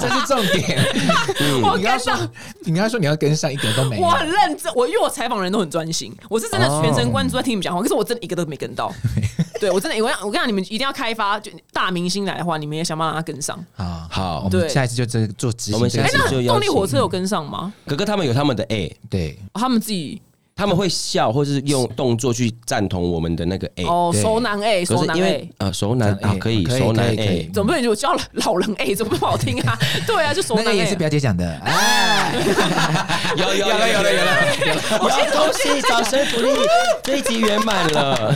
Speaker 2: 这是重 点。
Speaker 1: 我
Speaker 2: 你
Speaker 1: 跟
Speaker 2: 刚
Speaker 1: 上
Speaker 2: 说，你刚说你要跟上，一个都没有
Speaker 1: 我。很认真，我因为我采访人都很专心，我是真的全神贯注在听你们讲话，可是我真的一个都没跟到。对我真的，我跟我跟你讲，你们一定要开发，就大明星来的话，你们也想办法让他跟上。
Speaker 2: 好
Speaker 4: 好
Speaker 2: 我
Speaker 1: 对
Speaker 2: 们下一次就这个做执行这个。
Speaker 4: 我们下
Speaker 1: 哎、
Speaker 4: 次
Speaker 1: 那
Speaker 4: 就邀
Speaker 1: 动力
Speaker 4: 请
Speaker 1: 火车有跟上吗？
Speaker 4: 哥哥他们有他们的 A，
Speaker 2: 对，
Speaker 1: 哦他们自己
Speaker 4: 他们会笑或是用动作去赞同我们的那个 A，
Speaker 1: 哦，
Speaker 2: 对
Speaker 1: 熟男 A，
Speaker 4: 哎可
Speaker 1: 熟
Speaker 4: 是
Speaker 1: 男
Speaker 4: 因
Speaker 1: A
Speaker 4: 为。呃熟男
Speaker 2: 讲
Speaker 4: 啊
Speaker 2: A，
Speaker 4: 可以
Speaker 2: 可以
Speaker 4: 熟男
Speaker 2: 可以可
Speaker 4: A
Speaker 2: 以。
Speaker 1: 怎么不能我叫老人 A，怎么不好听啊？对啊，就熟
Speaker 2: 那
Speaker 1: 男
Speaker 2: 个
Speaker 1: A
Speaker 2: 也是表姐 讲的。哎，
Speaker 4: 有有有了有了有了，有恭喜掌声鼓励，这一集圆满了。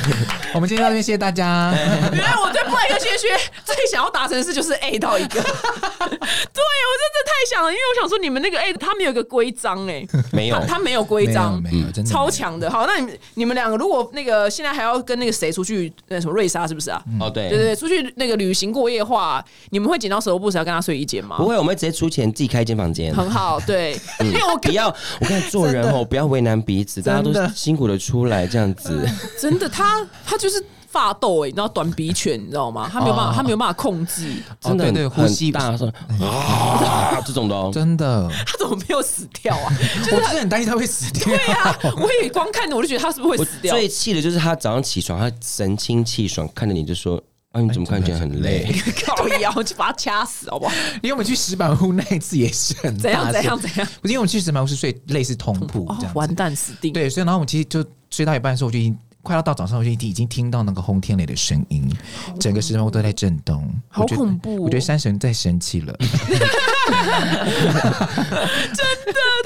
Speaker 2: 我们今天到这边，谢谢 大家。
Speaker 1: 原来我对布莱克谢薛最想要达成的事就是 A 到一个，对我真的太想了，因为我想说你们那个 A 他们有一个规章哎、
Speaker 4: 没有
Speaker 1: 他他没有规章，
Speaker 2: 没有没有真的
Speaker 1: 嗯超强的。好，那你们你们两个如果那个现在还要跟那个谁出去，那什么瑞莎是不是啊？
Speaker 2: 嗯
Speaker 4: 哦，对
Speaker 1: 对对，对出去那个旅行过夜话，你们会剪到手部时要跟他睡一间吗
Speaker 4: 不？会，我们会直接出钱自己开一间房间。嗯
Speaker 1: 很好， 对，
Speaker 2: 嗯
Speaker 1: 因为我
Speaker 4: 不
Speaker 1: 感
Speaker 4: 要，我跟你做人哦，不要为难彼此，大家都
Speaker 2: 真的
Speaker 4: 辛苦的出来这样子。
Speaker 1: 真的他他就是发抖哎、你知道短鼻犬，你知道吗？他没有办
Speaker 2: 哦
Speaker 1: 法，他没有办法控制，
Speaker 4: 真的
Speaker 2: 哦对
Speaker 4: 很
Speaker 2: 对呼
Speaker 4: 很
Speaker 2: 吸
Speaker 4: 大声啊，这种的哦。
Speaker 2: 真的，
Speaker 1: 他怎么没有死掉 啊？就是
Speaker 2: 我真的很担心他会死掉。
Speaker 1: 对啊，我也光看着我就觉得他是不是
Speaker 4: 我
Speaker 1: 会死掉。
Speaker 4: 最气的就是他早上起床，他神清气爽，看着你就说：“啊，你怎么看起来很累
Speaker 1: 靠腰就把他掐死，好不好？
Speaker 2: 因为我们去石板屋那一次也是很
Speaker 1: 怎样
Speaker 2: 大
Speaker 1: 怎
Speaker 2: 声
Speaker 1: 样怎样？
Speaker 2: 不是因为我们去石板屋是睡类似同铺
Speaker 1: 哦
Speaker 2: 这样，
Speaker 1: 完蛋，死定！，
Speaker 2: 对，所以然后我们其实就睡到一半的时候，我就已经快要到早上，我就已经已经听到那个轰天雷的声音，整个石门都在震动，
Speaker 1: 好
Speaker 2: 我觉得
Speaker 1: 恐怖哦
Speaker 2: 我觉得山神在生气 了，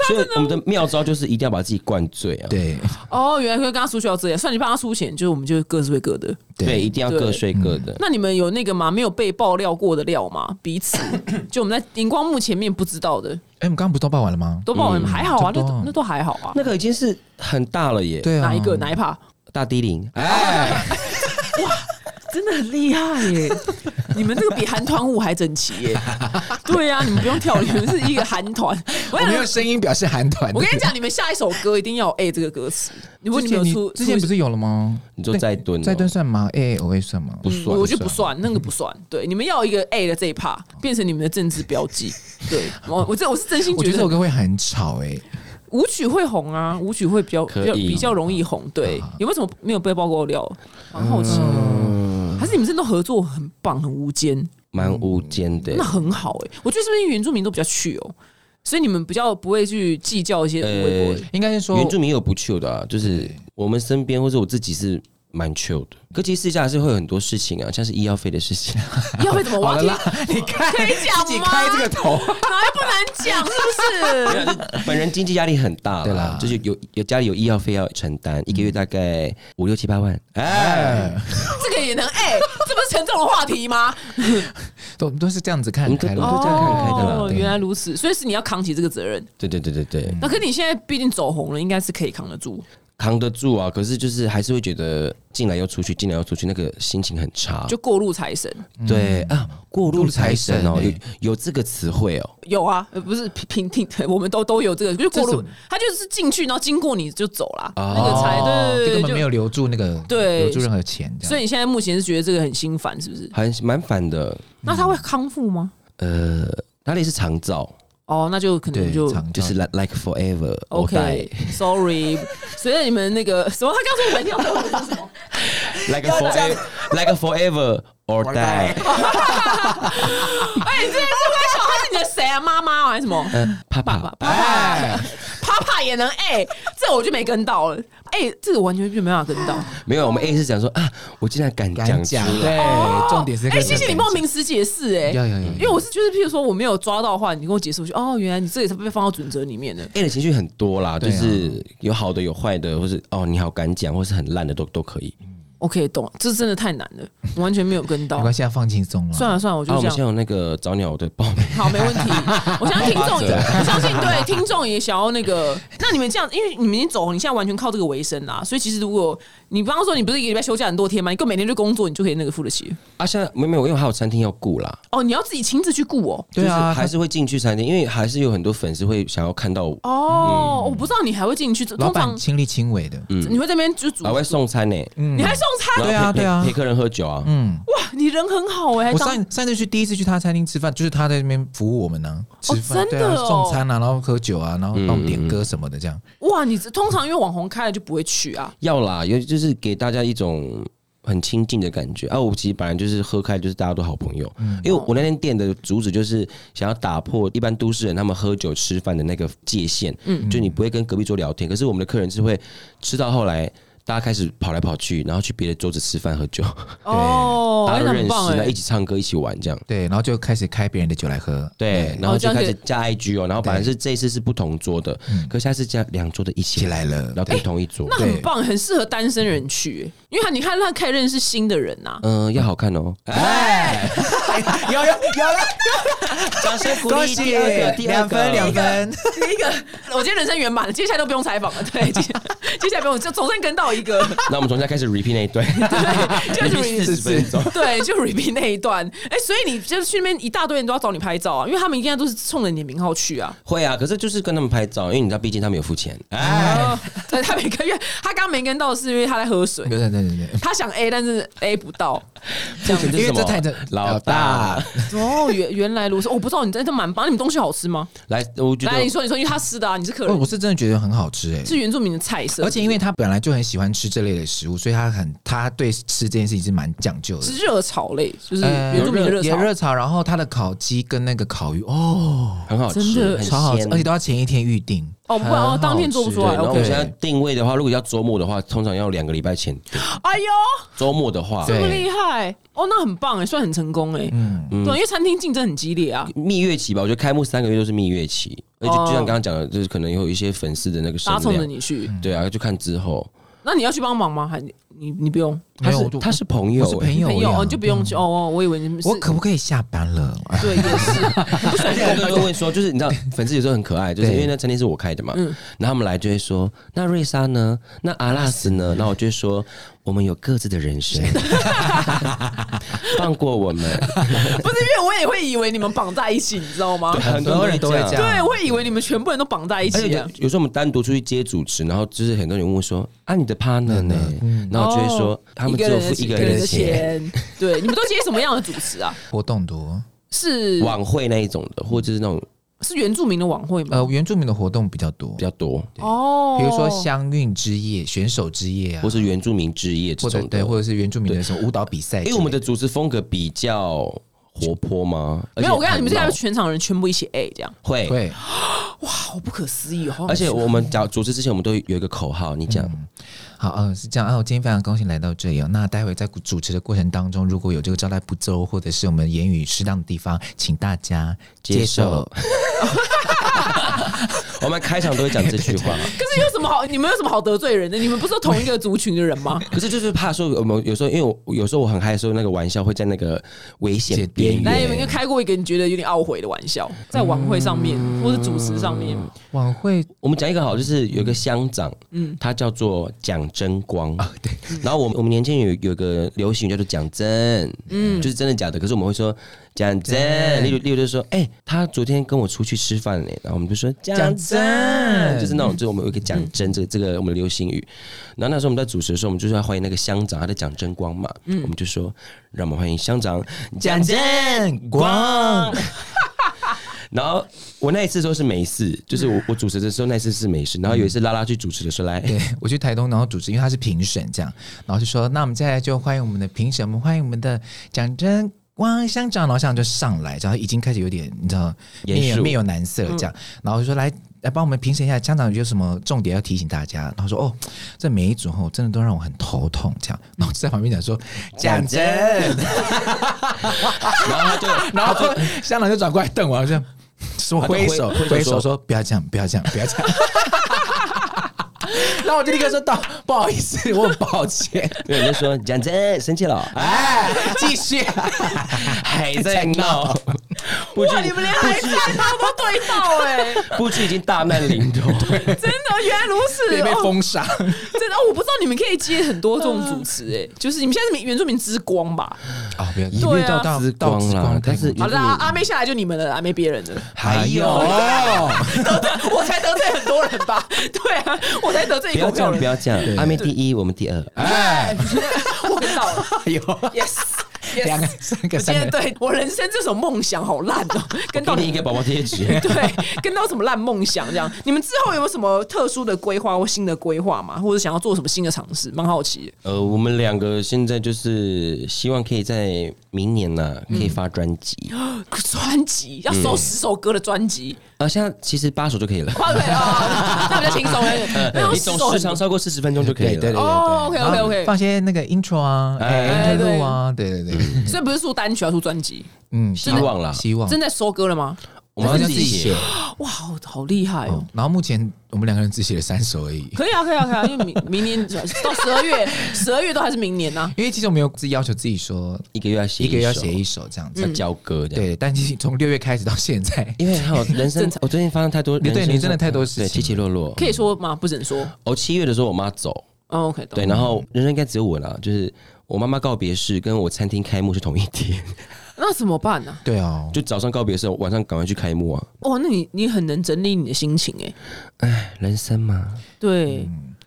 Speaker 4: 所以我们的妙招就是一定要把自己灌醉啊！
Speaker 2: 对
Speaker 1: 哦，原来会跟他出去要这样，算你帮他出钱，就是我们就各自会各的。
Speaker 4: 对，
Speaker 2: 对
Speaker 4: 一定要各睡各的。
Speaker 1: 那你们有那个吗？没有被爆料过的料吗？彼 此就我们在荧光幕前面不知道的，
Speaker 2: 哎，我们刚刚不是都报完了吗？
Speaker 1: 都爆我们还好啊，那
Speaker 2: 差不多
Speaker 1: 都那都还好啊。
Speaker 4: 那个已经是很大了耶，
Speaker 2: 对啊，
Speaker 1: 哪一个？哪一趴？
Speaker 4: 大低龄。
Speaker 2: 哎，
Speaker 1: 真的很厉害耶！ 你们这个比韩团舞还整齐 耶。对啊，你们不用跳，你们是一个韩团。我
Speaker 2: 我
Speaker 1: 想
Speaker 2: 没有声音表示韩团。
Speaker 1: 我跟你讲，你们下一首歌一定要有 A 这个歌词。如果
Speaker 2: 之
Speaker 1: 你们有
Speaker 2: 前你
Speaker 1: 出
Speaker 2: 之前不是有了吗？
Speaker 4: 你说再蹲哦，哦
Speaker 2: 再蹲算吗？哎，我会算吗？
Speaker 4: 不
Speaker 1: 嗯
Speaker 4: 算，
Speaker 1: 我觉
Speaker 2: 啊
Speaker 1: 得不算，那个不算。对，你们要有一个 A 的这一 part 变成你们的政治标记。对，我我这我是真心
Speaker 2: 我觉
Speaker 1: 觉
Speaker 2: 得这首
Speaker 1: 得
Speaker 2: 歌会很吵哎，
Speaker 1: 舞曲会红啊，舞曲会比较比较
Speaker 4: 可以
Speaker 1: 比
Speaker 2: 哦
Speaker 1: 较容易红。对，
Speaker 2: 啊
Speaker 1: 有没有什么没有被曝光的料？蛮好奇的，还是你们真的合作很棒，很无间，
Speaker 4: 蛮无间的
Speaker 1: 那。很好哎、我觉得是不是因为原住民都比较去哦，所以你们比较不会去计较一些微博。
Speaker 2: 应该是说
Speaker 4: 原住民也有不 chill 的啊，就是我们身边或者我自己是蛮 chill 的，可其实私下是会有很多事情啊，像是医药费的事情，
Speaker 1: 要会怎么挖
Speaker 2: 好了
Speaker 1: 听？
Speaker 2: 啦，你看
Speaker 1: 可以讲吗
Speaker 2: 自己开这 个头，
Speaker 1: 哪还不难讲？ 是不是？
Speaker 4: 本人经济压力很大
Speaker 2: 对
Speaker 4: 啦
Speaker 2: 啦，
Speaker 4: 就是有有家里有医药费要承担，一个月大概五六七八万，哎，
Speaker 2: 哎，
Speaker 1: 这个也能哎、这不是沉重的话题 吗？
Speaker 2: 都都是这样子看开
Speaker 4: 我
Speaker 2: 了
Speaker 4: 们都。这样看开的啦
Speaker 1: 哦，
Speaker 2: 对
Speaker 1: 原来如此，所以是你要扛起这个责任。
Speaker 4: 对对对对对，
Speaker 1: 那可你现在毕竟走红了，应该是可以扛得住。
Speaker 4: 扛得住啊，可是就是还是会觉得进来又出去，进来又出去，那个心情很
Speaker 2: 哦
Speaker 4: 差，
Speaker 1: 就过路财神
Speaker 4: 对啊，过路财神哦，
Speaker 2: 过路财神
Speaker 4: 有
Speaker 2: 欸
Speaker 4: 有这个词汇哦，
Speaker 1: 有啊，呃不是平平平，我们都都有这个，就过
Speaker 2: 这
Speaker 1: 路
Speaker 2: 是，
Speaker 1: 他就是进去然后经过你就走啦，
Speaker 4: 哦
Speaker 1: 那个财对
Speaker 2: 就
Speaker 1: 对
Speaker 2: 根
Speaker 1: 对
Speaker 2: 本没
Speaker 1: 对，
Speaker 2: 有留住那个，
Speaker 1: 对
Speaker 2: 留住任何钱，
Speaker 1: 就
Speaker 2: 这
Speaker 1: 所
Speaker 2: 样。
Speaker 1: 以你现在目前是觉得这个很心烦，是不是？
Speaker 4: 还蛮烦的，
Speaker 1: 那他会康复吗？
Speaker 4: 呃，哪里是长照，
Speaker 1: 哦，那就可能
Speaker 2: 对，
Speaker 1: 就
Speaker 2: 长
Speaker 4: 就是 like like forever，我带
Speaker 1: OK，Sorry，随着你们那个什么，他刚说你们要说我是什么？
Speaker 4: like a forever like a forever or
Speaker 1: 哎，
Speaker 4: die，
Speaker 1: 你这边是怪小孩是你的谁啊？妈妈啊还是什 么？
Speaker 4: 呃，爸
Speaker 1: 爸
Speaker 4: 爸
Speaker 1: 爸，爸爸，啪啪也能哎、这我就没跟到了，哎、这个完全就没办法跟到。
Speaker 4: 没有，我们 A 是讲说啊，我竟然敢
Speaker 2: 敢
Speaker 4: 讲
Speaker 2: 讲
Speaker 4: 出，来，
Speaker 2: 对，重点是
Speaker 1: 哎、谢谢你帮我明实解释哎、
Speaker 2: 要要要
Speaker 1: 因为我是就是，譬如说我没有抓到的话，你跟我解释，我就哦，原来你这也是被放到准则里面的。
Speaker 4: A 的情绪很多啦，就
Speaker 2: 对啊
Speaker 4: 是有好的有坏的，或是哦你好敢讲，或是很烂的都都可以。
Speaker 1: OK，懂，这真的太难了，我完全没有跟到
Speaker 2: 没。关系，啊，放轻松了。
Speaker 1: 算了算了，我就
Speaker 4: 啊，我
Speaker 1: 这
Speaker 4: 们现在
Speaker 1: 样。
Speaker 4: 有那个早鸟的报名，
Speaker 1: 好，没问题。 我相信听众也，我相信对听众也想要那个。那你们这样，因为你们已经走红，你现在完全靠这个为生啦。所以其实如果你比方说你不是一个礼拜休假很多天吗？你够每天就工作，你就可以那个付得起。
Speaker 4: 啊，现在没有没有，因为还有餐厅要顾啦，
Speaker 1: 哦，你要自己亲自去雇哦。
Speaker 2: 对啊，
Speaker 4: 就是还是会进去餐厅，因为还是有很多粉丝会想要看到我，
Speaker 1: 哦，我不知道你还会进去，
Speaker 2: 老
Speaker 1: 通
Speaker 2: 板嗯
Speaker 1: 常
Speaker 2: 亲力亲为的，
Speaker 1: 你会这边就煮
Speaker 4: 还，会送餐呢、
Speaker 1: 你还送餐，
Speaker 2: 对啊
Speaker 4: 然后陪
Speaker 2: 对啊
Speaker 4: 陪陪客人喝酒啊，
Speaker 2: 嗯，
Speaker 1: 哇，你人很好哎，还
Speaker 2: 我
Speaker 1: 当
Speaker 2: 上上次去第一次去他餐厅吃饭，就是他在那边服务我们呢，吃
Speaker 1: 真
Speaker 2: 饭
Speaker 1: 的
Speaker 2: 对啊，
Speaker 1: 哦
Speaker 2: 送餐啊，然后喝酒啊，然后帮我们点歌什么的，这样
Speaker 1: 哇，你通常因为网红开了就不会去啊。
Speaker 4: 要啦，尤其就是给大家一种很亲近的感觉啊。我其实本来就是喝开，就是大家都好朋友。
Speaker 1: 嗯
Speaker 4: 因为我那天店的主旨就是想要打破一般都市人他们喝酒吃饭的那个界限，嗯，就你不会跟隔壁桌聊天，可是我们的客人是会吃到后来。大家开始跑来跑去，然后去别的桌子吃饭喝酒，
Speaker 1: 哦，
Speaker 4: 大
Speaker 1: 哎
Speaker 4: 家都
Speaker 1: 那
Speaker 4: 认
Speaker 1: 很
Speaker 4: 识，
Speaker 1: 棒
Speaker 4: 然后
Speaker 1: 哎
Speaker 4: 一。起唱歌，一起玩这样。
Speaker 2: 对，然后就开始开别人的酒来喝，
Speaker 4: 对，然后
Speaker 1: 哦这
Speaker 4: 就
Speaker 1: 样嗯
Speaker 4: 开始
Speaker 1: 可
Speaker 4: 加 IG 哦，然后本来是这一次是不同桌的，可下次加两桌的一
Speaker 2: 起
Speaker 4: 起来，
Speaker 2: 来了
Speaker 4: 然，后变同一桌
Speaker 1: 那。很
Speaker 2: 对
Speaker 1: 棒，很适合单身人去，欸因为他你看他啊可以认识新的人呐、
Speaker 4: 嗯，要好看哦。
Speaker 2: 哎，有有有了，
Speaker 4: 掌声鼓
Speaker 2: 恭
Speaker 4: 励
Speaker 2: 喜
Speaker 4: 第二个，第二
Speaker 2: 两分
Speaker 4: 个
Speaker 2: 两分，
Speaker 1: 第一个，我今天人生圆满了，接下来都不用采访了。 对，接接下来不用，就总算跟到一个，
Speaker 4: 那我们从现在开始 repeat 那一段，
Speaker 1: 就是
Speaker 4: repeat 四十分钟。
Speaker 1: 对，就 repeat 那一段。哎、所以你就是去那边一大堆人都要找你拍照啊，因为他们应该都是冲着你的名号去啊。
Speaker 4: 会啊，可是就是跟他们拍照，因为你知道，毕竟他们有付钱。
Speaker 1: 哎，对他每个月，他刚没跟到是因为他在喝水，
Speaker 2: 对对对对对，
Speaker 1: 他想 A 但是 A 不到。
Speaker 4: 付钱就是
Speaker 2: 因为
Speaker 4: 什
Speaker 2: 这
Speaker 4: 么
Speaker 2: 太正
Speaker 4: 老大。
Speaker 1: 哦，原原来如此，我不知道你真的蛮棒，你们东西好吃吗？
Speaker 4: 来，我觉
Speaker 1: 来，你
Speaker 4: 得
Speaker 1: 说你说，因为他吃的啊，你是客
Speaker 2: 哦我
Speaker 1: 人
Speaker 2: 我，是真的觉得很好吃哎、
Speaker 1: 是原住民的菜色，
Speaker 2: 而且因为他本来就很喜欢吃这类的食物，所以他很他对吃这件事情是蛮讲究的
Speaker 1: 是。热炒类，就是
Speaker 2: 呃
Speaker 1: 原住民的热
Speaker 2: 也
Speaker 1: 炒。
Speaker 2: 热炒，然后他的烤鸡跟那个烤鱼哦，
Speaker 4: 很好
Speaker 1: 真的
Speaker 4: 吃，很
Speaker 2: 超好吃
Speaker 4: 鲜，
Speaker 2: 而且都要前一天预定。
Speaker 1: 嗯哦，不然哦
Speaker 2: 很好，
Speaker 1: 当天做不
Speaker 2: 吃
Speaker 1: 出
Speaker 4: 对，
Speaker 1: 来。
Speaker 4: 然后我们
Speaker 1: OK，
Speaker 4: 现在定位的话，如果要周末的话，通常要两个礼拜前。
Speaker 1: 哎呦，
Speaker 4: 周末的话，
Speaker 1: 这么
Speaker 2: 对
Speaker 1: 厉害哦，那很棒哎，算很成功哎。
Speaker 2: 嗯，
Speaker 1: 对，因为餐厅竞争很激烈啊。
Speaker 4: 蜜月期吧，我觉得开幕三个月都是蜜月期，而且就像刚刚讲的，就是可能也会有一些粉丝的那个声
Speaker 1: 大家冲着
Speaker 4: 量。
Speaker 1: 你去，
Speaker 4: 对啊，就看之后。
Speaker 1: 那你要去帮忙吗？还你你不用
Speaker 2: 没
Speaker 4: 他
Speaker 2: 有，
Speaker 4: 是
Speaker 2: 我就
Speaker 4: 他是朋友
Speaker 2: 我是
Speaker 4: 欸
Speaker 2: 朋友
Speaker 1: 朋友
Speaker 2: 呀嗯
Speaker 1: 哦，你就不用去哦哦，我以为你们是
Speaker 2: 我可不可以下班了？
Speaker 1: 对也是，我不喜欢
Speaker 4: 而且我都会问说，就是你知道，粉丝有时候很可爱，就是
Speaker 2: 对
Speaker 4: 因为那餐厅是我开的嘛，然后他们来就会说，那瑞莎呢？那阿拉斯呢？然后我就会说，我们有各自的人生， 放过我们。
Speaker 1: 不是因为我也会以为你们绑在一起，你知道吗？
Speaker 2: 啊
Speaker 4: 很多人都会这样
Speaker 1: 对，我会以为你们全部人都绑在一
Speaker 4: 而且
Speaker 1: 起
Speaker 4: 有
Speaker 1: 啊。
Speaker 4: 有时候我们单独出去接主持，然后就是很多人问我说，啊，你的 partner 呢？然后我就会说，他们只有付一个人的钱。，
Speaker 1: 对，你们都接什么样的主持啊？
Speaker 2: 活动多，
Speaker 1: 是
Speaker 4: 晚会那一种的，或者是那种
Speaker 1: 是原住民的晚会吗？
Speaker 2: 呃，原住民的活动比较多
Speaker 4: 比，较多，
Speaker 1: 哦，
Speaker 2: 比如说乡运之夜、选手之夜啊，
Speaker 4: 或是原住民之夜这
Speaker 2: 或者
Speaker 4: 种
Speaker 2: 对，
Speaker 4: 的。
Speaker 2: 或者是原住民的什么舞蹈比赛之类，
Speaker 4: 哎因为我们的主持风格比较活泼吗？
Speaker 1: 没有，我跟你讲，
Speaker 4: 而且
Speaker 1: 你们现在
Speaker 4: 很
Speaker 1: 要
Speaker 4: 闹
Speaker 1: 全场人全部一起 A 这样，
Speaker 4: 会
Speaker 2: 对
Speaker 1: 好不可思议哦。
Speaker 4: 而且我们讲主持之前，我们都有一个口号，你讲，
Speaker 2: 好，啊嗯，是这样啊。我今天非常高兴来到这里哦。那待会在主持的过程当中，如果有这个招待不周，或者是我们言语适当的地方，请大家
Speaker 4: 接
Speaker 2: 接
Speaker 4: 受
Speaker 2: 受。
Speaker 4: 我们开场都会讲这句话。
Speaker 1: 可是有什么好？你们有什么好得罪人的？你们不是同一个族群的人 吗？
Speaker 4: 可是就是怕说，我们有时候因为我有时候我很害羞，那个玩笑会在那个危险边
Speaker 1: 来，你
Speaker 4: 缘。
Speaker 1: 们就开过一个你觉得有点懊悔的玩笑，在晚会上面，
Speaker 2: 嗯
Speaker 1: 或是主持上面，
Speaker 2: 晚会
Speaker 4: 我们讲一个好，就是有一个乡长，嗯，他叫做蒋真光啊，对。然后我们我们年轻人有有个流行语叫做蒋真，嗯，就是真的假的。可是我们会说蒋真，例如例如就说，哎、他昨天跟我出去吃饭嘞，然后我们就说蒋
Speaker 2: 讲
Speaker 4: 真，
Speaker 2: 真
Speaker 4: 就是那种，就是我们有一个蒋真这个这个我们的流行语。然后那时候我们在主持的时候，我们就是要欢迎那个乡长，他在讲真光嘛，我们就说让我们欢迎乡长嗯蒋真
Speaker 2: 嗯
Speaker 1: 啊
Speaker 4: 光。然后我那一次都是没事，就是 我我主持的时候那一次是没事，然后有一次拉拉去主持的时候来，
Speaker 2: 对我去台东，然后主持，因为他是评审这样，然后就说，那我们接下来就欢迎我们的评审，我们欢迎我们的讲真。汪乡长，然后乡长就上来，然后已经开始有点你知道
Speaker 4: 严
Speaker 2: 面有
Speaker 4: 肃
Speaker 2: 面有难色这样，然后就说来来帮我们评审一下乡长有什么重点要提醒大家。然后说哦，这每一组吼真的都让我很头痛这样，然后我就在旁边讲说讲 真，
Speaker 4: 然后他就
Speaker 2: 然 后乡哎长就转过来瞪我，我就说
Speaker 4: 他就挥
Speaker 2: 挥手
Speaker 4: 挥手
Speaker 2: 挥手
Speaker 4: 说
Speaker 2: 说不要这样，不要这样，不要这样。 然后我就立刻说道不好意思，我很抱 歉。
Speaker 4: 有人就说讲真生气了，
Speaker 2: 哎，继续，
Speaker 4: 还在闹，不
Speaker 1: 哇，你们连海产他都对到 哎、
Speaker 4: 不去已经大难临 头，
Speaker 1: 真的，原来如此，
Speaker 2: 被被
Speaker 1: 哦、
Speaker 2: 封杀。
Speaker 1: 真的、哦，我不知道你们可以接很多这种主持哎、
Speaker 2: 嗯
Speaker 1: 就是你们现在是原住民之光吧？
Speaker 2: 啊， 不要一
Speaker 1: 对啊
Speaker 2: 到
Speaker 4: 之光啦但是
Speaker 1: 好啦，阿妹下来就你们的啦，没别人的了，
Speaker 2: 还有，
Speaker 1: 我才得罪很多人吧？ 对啊，我才得罪
Speaker 4: 不
Speaker 1: 一
Speaker 4: 要
Speaker 1: 股票
Speaker 4: 这样不
Speaker 1: 人，
Speaker 4: 要这样，阿妹第一，我们第二，
Speaker 2: 哎，
Speaker 1: 我跟到了
Speaker 2: 还有
Speaker 1: ，yes。
Speaker 2: 两
Speaker 1: yes
Speaker 2: 个、三个、
Speaker 1: 我今天
Speaker 2: 三个，
Speaker 1: 对我人生这种梦想好烂哦、跟到
Speaker 4: 给
Speaker 1: 你。
Speaker 4: 你一个宝宝贴纸
Speaker 1: 对，跟到什么烂梦想这样。你们之后有没有什么特殊的规划或新的规划吗？或者想要做什么新的尝试？蛮好奇的。
Speaker 4: 呃，我们两个现在就是希望可以在明年呢、可以发专辑，
Speaker 1: 专辑要收十首歌的专辑，
Speaker 4: 啊，现在其实八首就 可以了，呃
Speaker 1: 哇对啊， 那比较轻松一点。那有
Speaker 4: 你
Speaker 1: 十
Speaker 4: 总
Speaker 1: 首
Speaker 4: 时
Speaker 1: 很
Speaker 4: 长超过四十分钟就可以了。
Speaker 2: 对
Speaker 1: 哦，OK OK
Speaker 2: 然后
Speaker 1: OK，
Speaker 2: 放些那个 intro 啊，
Speaker 4: 哎
Speaker 2: 哎，intro 啊，对对对，
Speaker 1: 所以不是出单曲，要出专辑，
Speaker 2: 嗯，
Speaker 4: 希望啦
Speaker 2: 希望
Speaker 1: 真在收歌了吗？
Speaker 4: 我们要
Speaker 2: 自己写。
Speaker 1: 哇，好好厉害哦！
Speaker 2: 哦然后目前我们两个人只写了三首而已，
Speaker 1: 可以啊，可以啊，可以啊，因为明明年到十二 月，十二月都还是明年呐、啊
Speaker 2: 因为其实我们有自己要求自己说
Speaker 4: 一个月要写
Speaker 2: 一个月要
Speaker 4: 首
Speaker 2: 写一首这样
Speaker 1: 嗯
Speaker 2: 子
Speaker 4: 要。交歌的。
Speaker 2: 对，但其实从六月开始到现 在，
Speaker 4: 因为还有人生，我最近发生太多，
Speaker 2: 你对
Speaker 4: 人生
Speaker 2: 你真的太多事情
Speaker 4: 对起起落落。
Speaker 1: 可以说吗？不准说。
Speaker 4: 哦，七月的时候我妈走，
Speaker 1: 哦、OK，懂
Speaker 4: 对，然后人生应该只有我啦，就是我妈妈告别式跟我餐厅开幕是同一天，
Speaker 1: 那怎么办呢、
Speaker 2: 对哦，
Speaker 4: 就早上告别式，晚上赶快去开幕啊！
Speaker 1: 哇，那你你很能整理你的心情哎、
Speaker 4: 人生嘛，
Speaker 1: 对，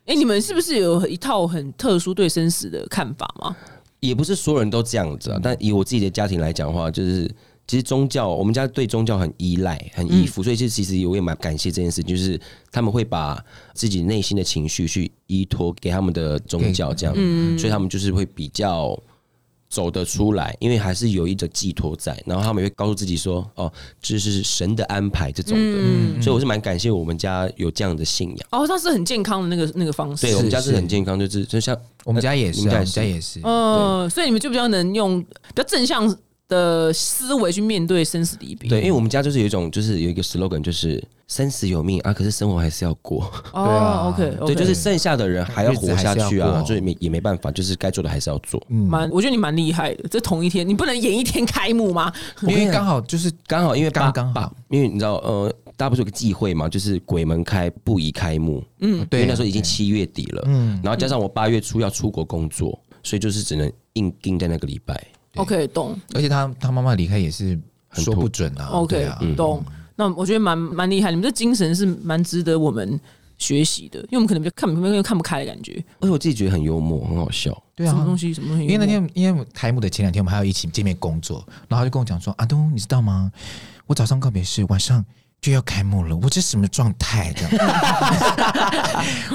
Speaker 1: 哎、
Speaker 4: 嗯
Speaker 1: 你们是不是有一套很特殊对生死的看法吗？
Speaker 4: 也不是所有人都这样子
Speaker 2: 嗯
Speaker 4: 啊。但以我自己的家庭来讲的话，就是其实宗教，我们家对宗教很依赖、很依
Speaker 2: 嗯
Speaker 4: 附，所以其实我也蛮感谢这件事，就是他们会把自己内心的情绪去依托给他们的宗教，这样，
Speaker 2: 嗯
Speaker 4: 所以他们就是会比较。走得出来，因为还是有一种寄托在，然后他们也会告诉自己说：“哦，这是神的安排。”这种的，
Speaker 2: 嗯
Speaker 4: 所以我是蛮感谢我们家有这样的信仰。
Speaker 1: 哦，那是很健康的那个那个方式。
Speaker 4: 对我们家
Speaker 2: 是
Speaker 4: 是很健康，就是就像
Speaker 2: 我们家也
Speaker 4: 你
Speaker 2: 是
Speaker 4: 们
Speaker 2: 啊，
Speaker 4: 家
Speaker 2: 我
Speaker 4: 也
Speaker 2: 们
Speaker 4: 是
Speaker 2: 家也是。
Speaker 1: 嗯，所以你们就比较能用比较正向的思维去面对生死离别。
Speaker 4: 对，因为我们家就是有一种，就是有一个 slogan，就是生死有命啊，可是生活还是要过。
Speaker 2: 对啊
Speaker 1: 哦，OK，
Speaker 4: 对，就是剩下的人还要活下
Speaker 2: 日
Speaker 4: 去
Speaker 2: 子还是要
Speaker 4: 啊，
Speaker 2: 过嗯
Speaker 4: 所以没也没办法，就是该做的还是要做。
Speaker 1: 蛮，我觉得你蛮厉害的。这同一天，你不能演一天开幕吗？
Speaker 2: 因为刚好就是
Speaker 4: 刚好因为
Speaker 2: 刚
Speaker 4: 爸
Speaker 2: 刚
Speaker 4: 爸
Speaker 2: 好，
Speaker 4: 因为你知道，呃，大家不是有个忌讳嘛，就是鬼门开不宜开幕，
Speaker 2: 嗯，
Speaker 4: 因
Speaker 2: 对
Speaker 4: 为那时候已经七月底了，嗯，然后加上我八月初要出国工作，所以就是只能硬盯在那个礼拜。
Speaker 1: OK，懂
Speaker 2: 而且他他妈妈离开也是说不准啊。对
Speaker 1: ，OK，
Speaker 2: 啊，
Speaker 1: 哦
Speaker 4: 嗯
Speaker 1: 懂。那我觉得蛮蛮厉害，你们这精神是蛮值得我们学习的，因为我们可能比较看不看看不开的感觉。
Speaker 4: 而且哎我自己觉得很幽默，很好笑。
Speaker 2: 对
Speaker 1: 什么
Speaker 2: 啊
Speaker 1: 东。西，什么东西？哦
Speaker 2: 因为那天，因为台幕的前两天，我们还要一起见面工作，然后他就跟我讲说：“阿东，你知道吗？我早上告别式，晚上就要开幕了，我这什么状态？这 样，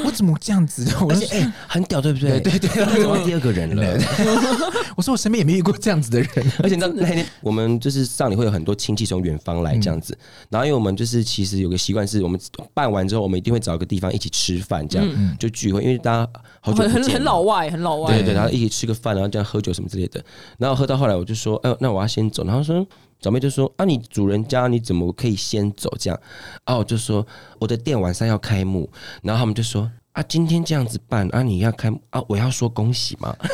Speaker 2: 我怎么这样子？我
Speaker 4: 而
Speaker 2: 说
Speaker 4: 且，哎、很屌，对不对？对对对，找到第二个人了。
Speaker 2: 我说我身边也没遇过这样子的人。
Speaker 4: 而且你知道那天我们就是葬礼会有很多亲戚从远方来这样子，然后因为我们就是其实有个习惯是我们办完之后，我们一定会找一个地方一起吃饭，这样、就聚会，因为大家好久
Speaker 1: 很
Speaker 4: 不
Speaker 1: 很
Speaker 4: 见
Speaker 1: 很
Speaker 4: 嘛
Speaker 1: 老外，很老外。
Speaker 4: 对对，然后一起吃个饭，然后这样喝酒什么之类的。然后喝到后来，我就说，哎、呦，那我要先走。然后说，长辈就说，啊，你主人家你怎么可以先走这样？啊，我就说我的店晚上要开幕，然后他们就说。啊，今天这样子办啊，你要开幕啊，我要说恭喜嘛，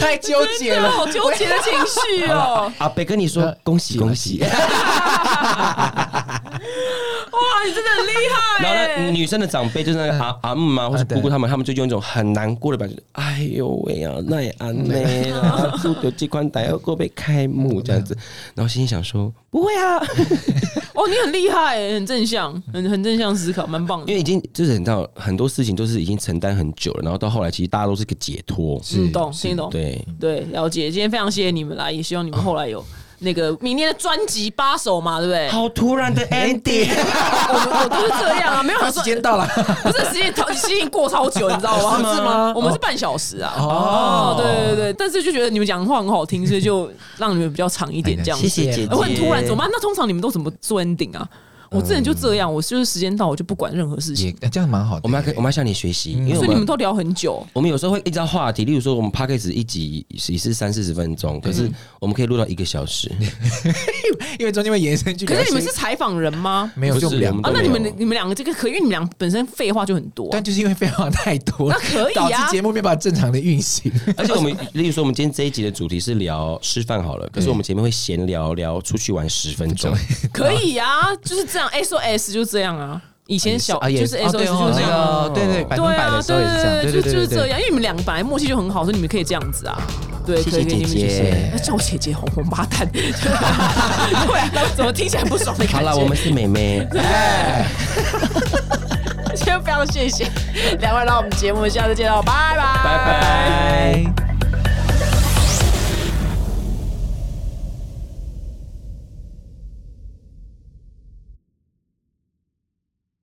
Speaker 2: 太纠结
Speaker 1: 对啊，好纠结的情绪哦！
Speaker 4: 阿北跟你说恭喜恭喜，
Speaker 1: 哇，你真的很厉害
Speaker 4: 然后
Speaker 1: 欸
Speaker 4: 呢，嗯女生的长辈就是那个阿阿姆啊，或是姑姑他们，他们就用一种很难过的表情，哎呦喂啊，那也安内啊，祝的这款台要过被开幕这样子。然后心里想说，不会 啊，
Speaker 1: 哦，你很厉害欸，很正向，很很正向思考，蛮棒的
Speaker 4: 因。为已经就是你知道很多事情都是已经承担很久了，然后到后来其实大家都是个解脱，
Speaker 1: 嗯，懂，听懂。
Speaker 4: 对。
Speaker 1: 对，了解。今天非常谢谢你们来，也希望你们后来有那个明年的专辑八首嘛，对不
Speaker 2: 哦
Speaker 1: 对？
Speaker 4: 好突 然的 ending，
Speaker 1: 我们我都是这样啊，没有人
Speaker 2: 时
Speaker 1: 说
Speaker 2: 间到了，
Speaker 1: 不是时间超时间过超久，你知道吗？是吗？我们是半小时啊。哦，对对对，但是就觉得你们讲话很好听，所以就让你们比较长一点这样子。
Speaker 4: 谢谢姐姐，
Speaker 1: 我很突然，怎么办？那通常你们都怎么做 ending 啊？我之前就这样，我就是时间到我就不管任何事
Speaker 2: 也
Speaker 1: 情，
Speaker 2: 这样蛮好的。
Speaker 4: 我们要跟我们要向你学习，因为
Speaker 1: 所
Speaker 4: 我
Speaker 1: 以你们
Speaker 4: 们
Speaker 1: 都聊很久。
Speaker 4: 我们有时候会依照话题，例如说我们 p a c k a g e 一集也是三四十分钟，可是我们可以录到一个小时，
Speaker 2: 因为中间会延伸去
Speaker 1: 可
Speaker 2: 聊一些。
Speaker 1: 是你们是采访人吗？
Speaker 2: 没有
Speaker 4: 不是
Speaker 2: 就聊
Speaker 4: 我们
Speaker 1: 啊
Speaker 4: 都，
Speaker 1: 那你们
Speaker 4: 没有
Speaker 1: 你们两个这个可，因为你们俩本身废话就很多啊。
Speaker 2: 但就是因为废话太多了，
Speaker 1: 那可以
Speaker 2: 导
Speaker 1: 啊
Speaker 2: 致节目没办法正常的运行。
Speaker 4: 而且我们，嗯例如说，我们今天这一集的主题是聊吃饭好了，可是我们前面会闲聊聊出去玩十分钟，
Speaker 1: 可以呀、就是这样，SOS 就这样啊。以前小、
Speaker 2: 啊也
Speaker 1: 就是 SOS
Speaker 2: 哦
Speaker 1: 就
Speaker 2: 对哦
Speaker 1: 是这样啊。
Speaker 2: 那个对对百分
Speaker 1: 对
Speaker 2: 百
Speaker 1: 啊，
Speaker 2: 的时候
Speaker 1: 对
Speaker 2: 也是这样，
Speaker 1: 对
Speaker 2: 对
Speaker 1: 对，就
Speaker 2: 对对
Speaker 1: 就是
Speaker 2: 对
Speaker 1: 这样，因为你们两个本来默契就很好，所以你们可以这样子啊。对，
Speaker 4: 谢
Speaker 1: 可以
Speaker 4: 谢
Speaker 1: 可以，你们
Speaker 4: 姐姐
Speaker 1: 要叫我姐姐，好王八 蛋，对啊， 怎么听起来不爽的
Speaker 4: 好
Speaker 1: 感觉？
Speaker 4: 啦，我们是妹 妹，
Speaker 1: 今天非常谢谢两位来我们节目，下次见到，拜拜，
Speaker 4: 拜拜。